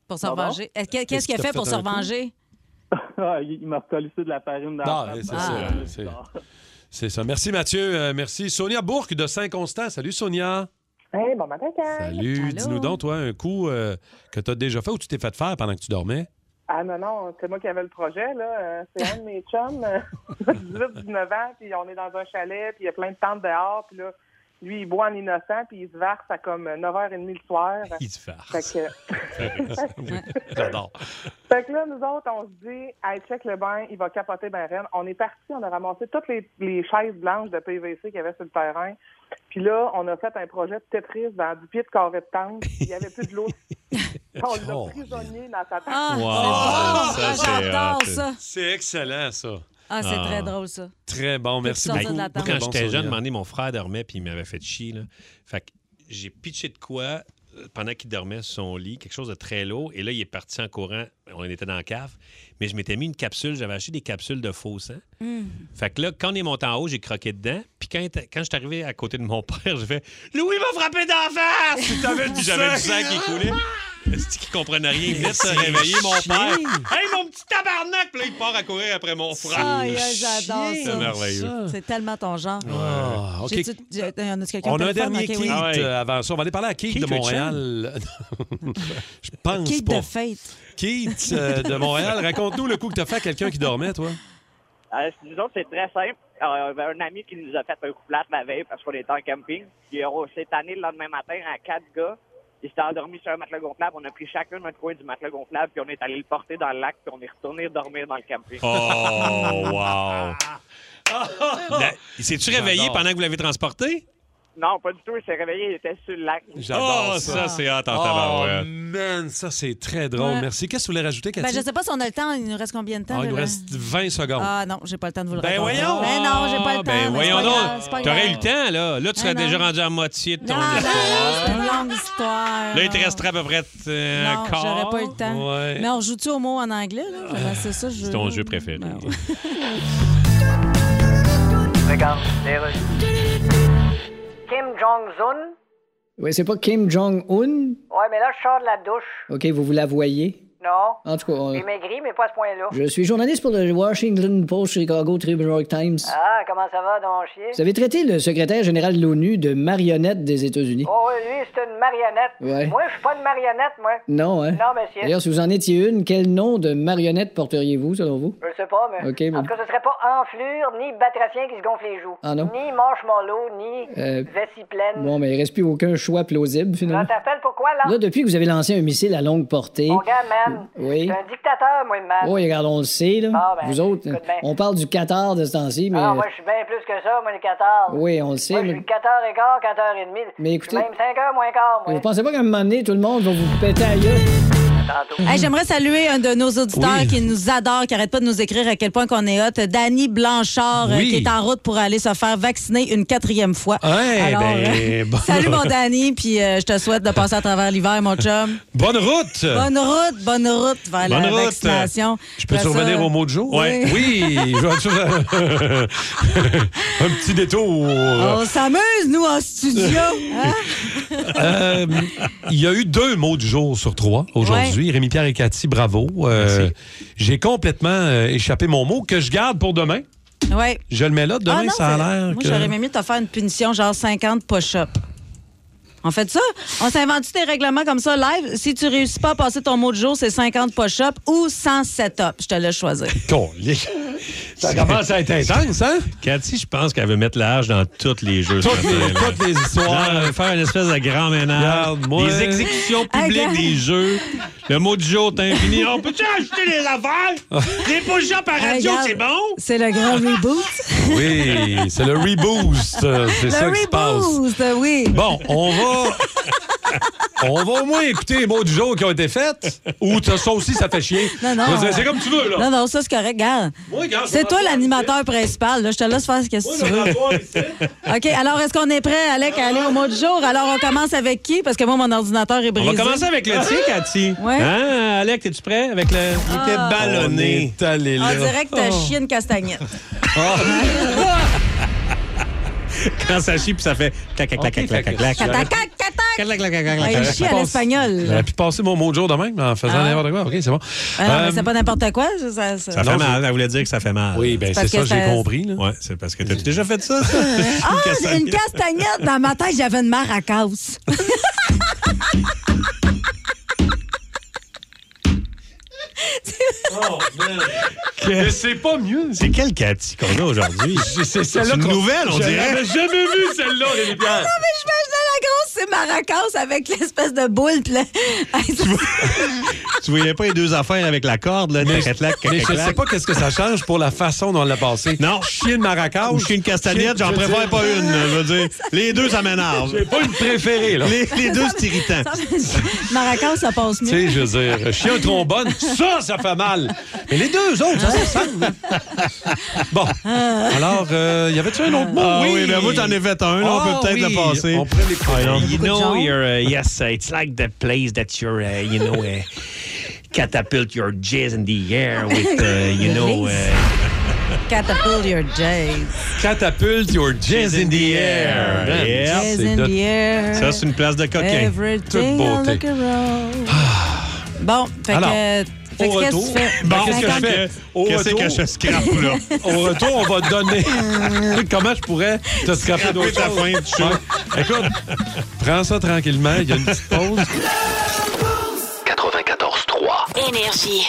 Speaker 4: pour se
Speaker 11: Pardon?
Speaker 4: revenger? Est-ce que- Qu'est-ce qu'il a fait pour se
Speaker 11: un coup?
Speaker 4: revenger?
Speaker 11: Ah, il il m'a recollé de la farine dans
Speaker 3: Ah,
Speaker 11: la
Speaker 3: c'est
Speaker 11: face.
Speaker 3: ça. c'est- C'est ça. Merci, Mathieu. Euh, merci. Sonia Bourque de Saint-Constant. Salut, Sonia.
Speaker 15: Hey, bon matin, Cam.
Speaker 3: Salut. Dis-nous donc, toi, un coup euh, que t'as déjà fait ou tu t'es fait faire pendant que tu dormais.
Speaker 15: Ah non, non, c'est moi qui avais le projet, là. Euh, C'est un de mes chums, euh, 18, 19 ans, puis on est dans un chalet, puis il y a plein de tentes dehors, puis là, lui, il boit en innocent, puis il se verse à comme 9h30 le soir.
Speaker 3: Il se verse.
Speaker 15: Fait que,
Speaker 3: Oui, J'adore.
Speaker 15: fait que là, nous autres, on se dit, hey, check le bain, il va capoter ben reine. On est parti, on a ramassé toutes les, les chaises blanches de PVC qu'il y avait sur le terrain. Puis là, on a fait un projet de Tetris dans 10 pieds de carré de tente. Il n'y avait plus de l'eau. on
Speaker 3: Oh.
Speaker 15: l'a prisonnier dans sa tente.
Speaker 4: Ah, c'est Ah, bon. Ça, c'est J'adore hot. ça.
Speaker 3: C'est excellent, ça.
Speaker 4: Ah, c'est très drôle, ça.
Speaker 3: Très bon, merci
Speaker 4: sortir
Speaker 3: beaucoup.
Speaker 4: de la tente.
Speaker 5: Quand
Speaker 3: Très bon,
Speaker 5: j'étais
Speaker 3: Sonia.
Speaker 5: jeune, un moment donné, mon frère dormait puis il m'avait fait chier. Là. Fait que j'ai pitché de quoi euh, pendant qu'il dormait sur son lit, quelque chose de très lourd. Et là, il est parti en courant. On était dans la cave. Mais je m'étais mis une capsule. J'avais acheté des capsules de faux sang.
Speaker 3: Hmm.
Speaker 5: Fait que là, quand on est monté en haut, j'ai croqué dedans. Puis quand, quand je suis arrivé à côté de mon père, j'ai fait Louis m'a frappé d'en face! Puis T'avais du, j'avais du sang qui coulait. C'est qu'il comprenait rien. Il venait de se
Speaker 12: C'est
Speaker 5: réveiller, mon
Speaker 12: chiant.
Speaker 5: père. Hey, mon petit tabarnak! Puis là, il part à courir après mon frère.
Speaker 4: Ah, yeah, j'adore
Speaker 5: C'est
Speaker 4: ça.
Speaker 5: merveilleux.
Speaker 4: C'est tellement ton genre.
Speaker 3: Ah, OK.
Speaker 4: J'ai-tu- j'ai- on a-tu quelqu'un au
Speaker 3: On a un
Speaker 4: téléphone?
Speaker 3: dernier
Speaker 4: Ok,
Speaker 3: Keith
Speaker 4: oui. Ah,
Speaker 3: euh, avant ça. On va aller parler à Keith,
Speaker 5: Keith
Speaker 3: de Montréal. Je pense
Speaker 4: Keith
Speaker 3: pas.
Speaker 4: de fête.
Speaker 3: Keith euh, de Montréal, raconte-nous le coup que t'as fait à quelqu'un qui dormait, toi.
Speaker 16: Euh, nous autres, c'est très simple. Euh, on avait un ami qui nous a fait un coup plate la veille parce qu'on était en camping. Puis on s'est tanné le lendemain matin à quatre gars. Ils s'étaient endormis sur un matelas gonflable. On a pris chacun notre coin du matelas gonflable, puis on est allé le porter dans le lac, puis on est retourné dormir dans le camping.
Speaker 5: Oh, wow!
Speaker 3: Oh!
Speaker 5: La- Il s'est-tu réveillé
Speaker 16: J'adore.
Speaker 5: pendant que vous l'avez transporté?
Speaker 16: Non, pas du tout. Il s'est réveillé, il était sur le lac.
Speaker 5: J'adore Oh, ça. ça, c'est hot en tabarouette.
Speaker 3: Oh, man, ça, c'est très drôle.
Speaker 4: Ouais.
Speaker 3: Merci. Qu'est-ce que tu voulais rajouter,
Speaker 4: Ben,
Speaker 3: Cathy?
Speaker 4: je sais pas si on a le temps. Il nous reste combien de temps?
Speaker 3: Ah, il
Speaker 4: là,
Speaker 3: nous
Speaker 4: là?
Speaker 3: reste 20 secondes.
Speaker 4: Ah non, j'ai pas le temps de vous le
Speaker 3: Ben,
Speaker 4: raconter.
Speaker 3: voyons!
Speaker 4: Ben non, j'ai pas le temps. mais
Speaker 5: Ben
Speaker 4: c'est
Speaker 5: voyons
Speaker 4: pas grave, c'est
Speaker 5: donc!
Speaker 4: pas
Speaker 5: T'aurais eu
Speaker 4: grave.
Speaker 5: le temps, là. Là, tu serais déjà rendu à moitié de ton
Speaker 4: Ah,
Speaker 5: histoire.
Speaker 4: non, c'est une longue histoire.
Speaker 5: Là, il te resterait à peu près euh,
Speaker 4: Non,
Speaker 5: un quart.
Speaker 4: j'aurais pas eu le temps.
Speaker 5: Ouais.
Speaker 4: Mais on joue-tu au mot en anglais? là? Ben, c'est ça, je... Ben
Speaker 5: C'est ton jeu préféré.
Speaker 17: Kim Jong-un.
Speaker 7: Oui, c'est pas Kim Jong-un?
Speaker 17: Ouais, mais là, je sors de la douche.
Speaker 7: OK, vous vous la voyez?
Speaker 17: Non.
Speaker 7: En tout cas, on-
Speaker 17: J'ai maigri, mais pas à ce point-là.
Speaker 7: je suis journaliste pour le Washington Post, Chicago Tribune, New York Times.
Speaker 17: Ah, comment ça va, donc chier?
Speaker 7: Vous avez traité le secrétaire général de l'ONU de marionnette des États-Unis.
Speaker 17: Oh, oui, lui, c'est une marionnette.
Speaker 7: Ouais.
Speaker 17: Moi, je suis pas une marionnette, moi.
Speaker 7: Non, hein?
Speaker 17: Non, monsieur.
Speaker 7: D'ailleurs, si vous en étiez une, quel nom de marionnette porteriez-vous, selon vous?
Speaker 17: Je sais pas, mais.
Speaker 7: Ok,
Speaker 17: En
Speaker 7: bon.
Speaker 17: tout cas, ce serait pas enflure, ni batracien qui se gonfle les joues.
Speaker 7: Ah, non?
Speaker 17: Ni marshmallow, ni
Speaker 7: Euh,
Speaker 17: vessie pleine.
Speaker 7: Bon, mais il reste plus aucun choix plausible,
Speaker 17: Là,
Speaker 7: finalement.
Speaker 17: t'appelles pourquoi, là?
Speaker 7: Là, depuis que vous avez lancé un missile à longue portée...
Speaker 17: Mon gars, man.
Speaker 7: Oui. Oh,
Speaker 17: T'es un dictateur, moi, man.
Speaker 7: Oui, regarde, on le sait, là.
Speaker 17: Euh, Ah, ben,
Speaker 7: vous autres,
Speaker 17: écoute bien.
Speaker 7: on parle du Qatar de ce temps-ci, mais...
Speaker 17: Ah, moi, je suis bien plus que ça, moi, les 14.
Speaker 7: Oui, on le sait,
Speaker 17: Moi,
Speaker 7: mais-
Speaker 17: je suis 14 et quart, 14 et demi.
Speaker 7: Mais écoutez-
Speaker 17: Je suis même 5 heures moins quart, moi.
Speaker 7: Vous pensez pas qu'à un moment donné, tout le monde va vous péter à gueule?
Speaker 16: tantôt.
Speaker 4: Hey, J'aimerais saluer un de nos auditeurs
Speaker 16: Oui.
Speaker 4: qui nous adore, qui arrête pas de nous écrire à quel point qu'on est hot. Danny Blanchard, euh,
Speaker 3: Oui.
Speaker 4: qui est en route pour aller se faire vacciner une quatrième fois. euh,
Speaker 3: Ouais, ben, bon.
Speaker 4: Salut mon Danny, puis euh, je te souhaite de passer à travers l'hiver, mon chum.
Speaker 3: Bonne route!
Speaker 4: Bonne route, bonne route vers la
Speaker 3: Bonne route.
Speaker 4: vaccination.
Speaker 3: Je peux
Speaker 4: Après
Speaker 3: survenir
Speaker 4: ça-
Speaker 3: au mot de jour? hein?
Speaker 4: Oui.
Speaker 3: Oui, je vais faire un petit détour.
Speaker 4: On s'amuse, nous, en studio. hein?
Speaker 3: Euh, il y a eu deux mots du jour sur trois aujourd'hui. Rémi Pierre et Cathy, bravo. Euh, J'ai complètement euh, échappé mon mot que je garde pour demain.
Speaker 4: Ouais.
Speaker 3: Je le mets là, demain,
Speaker 4: Ah non,
Speaker 3: ça a
Speaker 4: c'est-
Speaker 3: l'air.
Speaker 4: Moi,
Speaker 3: que-
Speaker 4: j'aurais aimé mieux te faire une punition, genre 50 push-ups. On fait ça? On s'invente des règlements comme ça live? Si tu réussis pas à passer ton mot de jour, c'est 50 push-ups ou 100 set-ups. Je te laisse choisir.
Speaker 3: Colique. Ça commence à être intense, hein?
Speaker 5: Cathy, je pense qu'elle veut mettre l'âge dans tous les jeux. ce
Speaker 3: Toutes les-
Speaker 5: matin, là.
Speaker 3: toutes les histoires.
Speaker 5: Genre, euh, faire une espèce de grand ménage.
Speaker 3: Regarde-moi.
Speaker 5: Les exécutions publiques
Speaker 3: Regarde.
Speaker 5: des jeux. Le mot du jour, t'as infini. On peut-tu
Speaker 12: acheter les affaires? Les push-ups à
Speaker 4: Hey, regarde, C'est le grand reboot.
Speaker 3: Oui, c'est le reboost. euh, C'est
Speaker 4: le
Speaker 3: ça qui se passe.
Speaker 4: reboot, oui.
Speaker 3: Bon, on va. On va au moins écouter les mots du jour qui ont été faits. Ou ça ça aussi, ça fait chier.
Speaker 4: Non, non.
Speaker 3: Je veux dire, C'est
Speaker 4: euh,
Speaker 3: comme tu veux, là.
Speaker 4: Non, non, ça, c'est correct. Regarde.
Speaker 3: Moi, regarde, je
Speaker 4: c'est
Speaker 3: vais
Speaker 4: toi
Speaker 3: m'asseoir
Speaker 4: l'animateur principal. Là. Je te laisse faire ce que
Speaker 3: Moi,
Speaker 4: tu
Speaker 3: je
Speaker 4: veux.
Speaker 3: vais m'asseoir ici.
Speaker 4: OK, alors, est-ce qu'on est prêt, Alec, à aller au mot du jour? Alors, on commence avec qui? Parce que moi, mon ordinateur est
Speaker 5: On
Speaker 4: brisé.
Speaker 5: va commencer avec le tien, Cathy.
Speaker 4: Ouais.
Speaker 5: Hein, Alec, es-tu prêt? Avec le... Il était
Speaker 4: Ah.
Speaker 5: ballonné.
Speaker 3: On est allé
Speaker 4: En direct, t'as
Speaker 5: Oh. Ah.
Speaker 4: chié une castagnette.
Speaker 5: Quand ça chie, puis ça fait clac, clac, clac, clac, clac, clac, clac.
Speaker 4: Catacac, catac! Il chie à l'espagnol.
Speaker 3: J'aurais pu passer mon mot du jour de même en faisant
Speaker 4: Ah.
Speaker 3: n'importe quoi. OK, c'est bon.
Speaker 4: Ah non, mais
Speaker 3: Euh,
Speaker 4: c'est pas n'importe quoi. ça, Ça, ça-
Speaker 5: Ça fait mal. Elle voulait dire que ça fait mal. Oui,
Speaker 3: ben,
Speaker 4: C'est c'est parce ça, que j'ai ça- compris,
Speaker 5: Oui, c'est parce que t'as déjà fait ça, ça?
Speaker 4: Ah,
Speaker 5: Une
Speaker 4: j'ai une
Speaker 5: castagnette.
Speaker 4: castagnette dans ma tête, j'avais une maracas.
Speaker 5: Que-
Speaker 3: Oh, Mais c'est pas mieux.
Speaker 5: C'est quelle Cathy qu'on a aujourd'hui?
Speaker 3: C'est
Speaker 5: C'est une nouvelle, on dirait.
Speaker 3: J'avais jamais vu celle-là, Rémi
Speaker 4: Ah
Speaker 3: Pierre.
Speaker 4: non, mais j'imaginais la grosse, c'est maracas avec l'espèce de boule. pis le- Hey, ça-
Speaker 5: Tu voyais pas les deux affaires avec la corde, là? clac, clac, clac,
Speaker 3: Mais je
Speaker 5: clac.
Speaker 3: sais pas qu'est-ce que ça change pour la façon dont on l'a passé. Non. Chier de maracas.
Speaker 5: Ou chier une castagnette, j'en préfère pas une, je veux dire. Les deux, ça m'énerve.
Speaker 3: J'ai pas une préférée, là.
Speaker 5: Les, les deux, c'est irritant.
Speaker 4: maracas, ça passe
Speaker 3: Tu sais,
Speaker 4: mieux.
Speaker 3: je veux dire, chien trombone, ça, ça fait mal. Mais les deux autres, ça, ça semble. Bon.
Speaker 4: Ah.
Speaker 3: Alors, euh, y avait-tu un autre mot? Ah.
Speaker 5: Ah oui, ben moi, j'en ai fait un, là, on peut peut-être le Ah, passer.
Speaker 3: On pourrait l'écouter.
Speaker 18: you know,
Speaker 5: John.
Speaker 18: you're uh, yes, uh, it's like the place that you're, uh, you know, uh, catapult your jizz in the air with, uh, you know, uh,
Speaker 4: Catapult your jazz.
Speaker 3: Catapult your jazz in the air. Man,
Speaker 4: Jazz in the air.
Speaker 5: Ça, c'est une place de coquin. Ah.
Speaker 4: Everything I look around. Bon, fait
Speaker 5: Alors,
Speaker 4: que... Fait
Speaker 5: au
Speaker 4: que qu'est-ce que
Speaker 5: retour-
Speaker 4: tu fais?
Speaker 3: Ben,
Speaker 5: Bon, qu'est-ce que je
Speaker 4: 50?
Speaker 5: fais?
Speaker 3: Au
Speaker 5: Qu'est-ce
Speaker 3: retour-
Speaker 5: que je scrape, là?
Speaker 3: Au retour, on va te donner comment je pourrais te scraper
Speaker 5: Scraper
Speaker 3: d'autres
Speaker 5: ta
Speaker 3: choses.
Speaker 5: fin de show.
Speaker 3: Ouais. Écoute, prends ça tranquillement. Il y a une petite pause.
Speaker 1: 94.3. Énergie.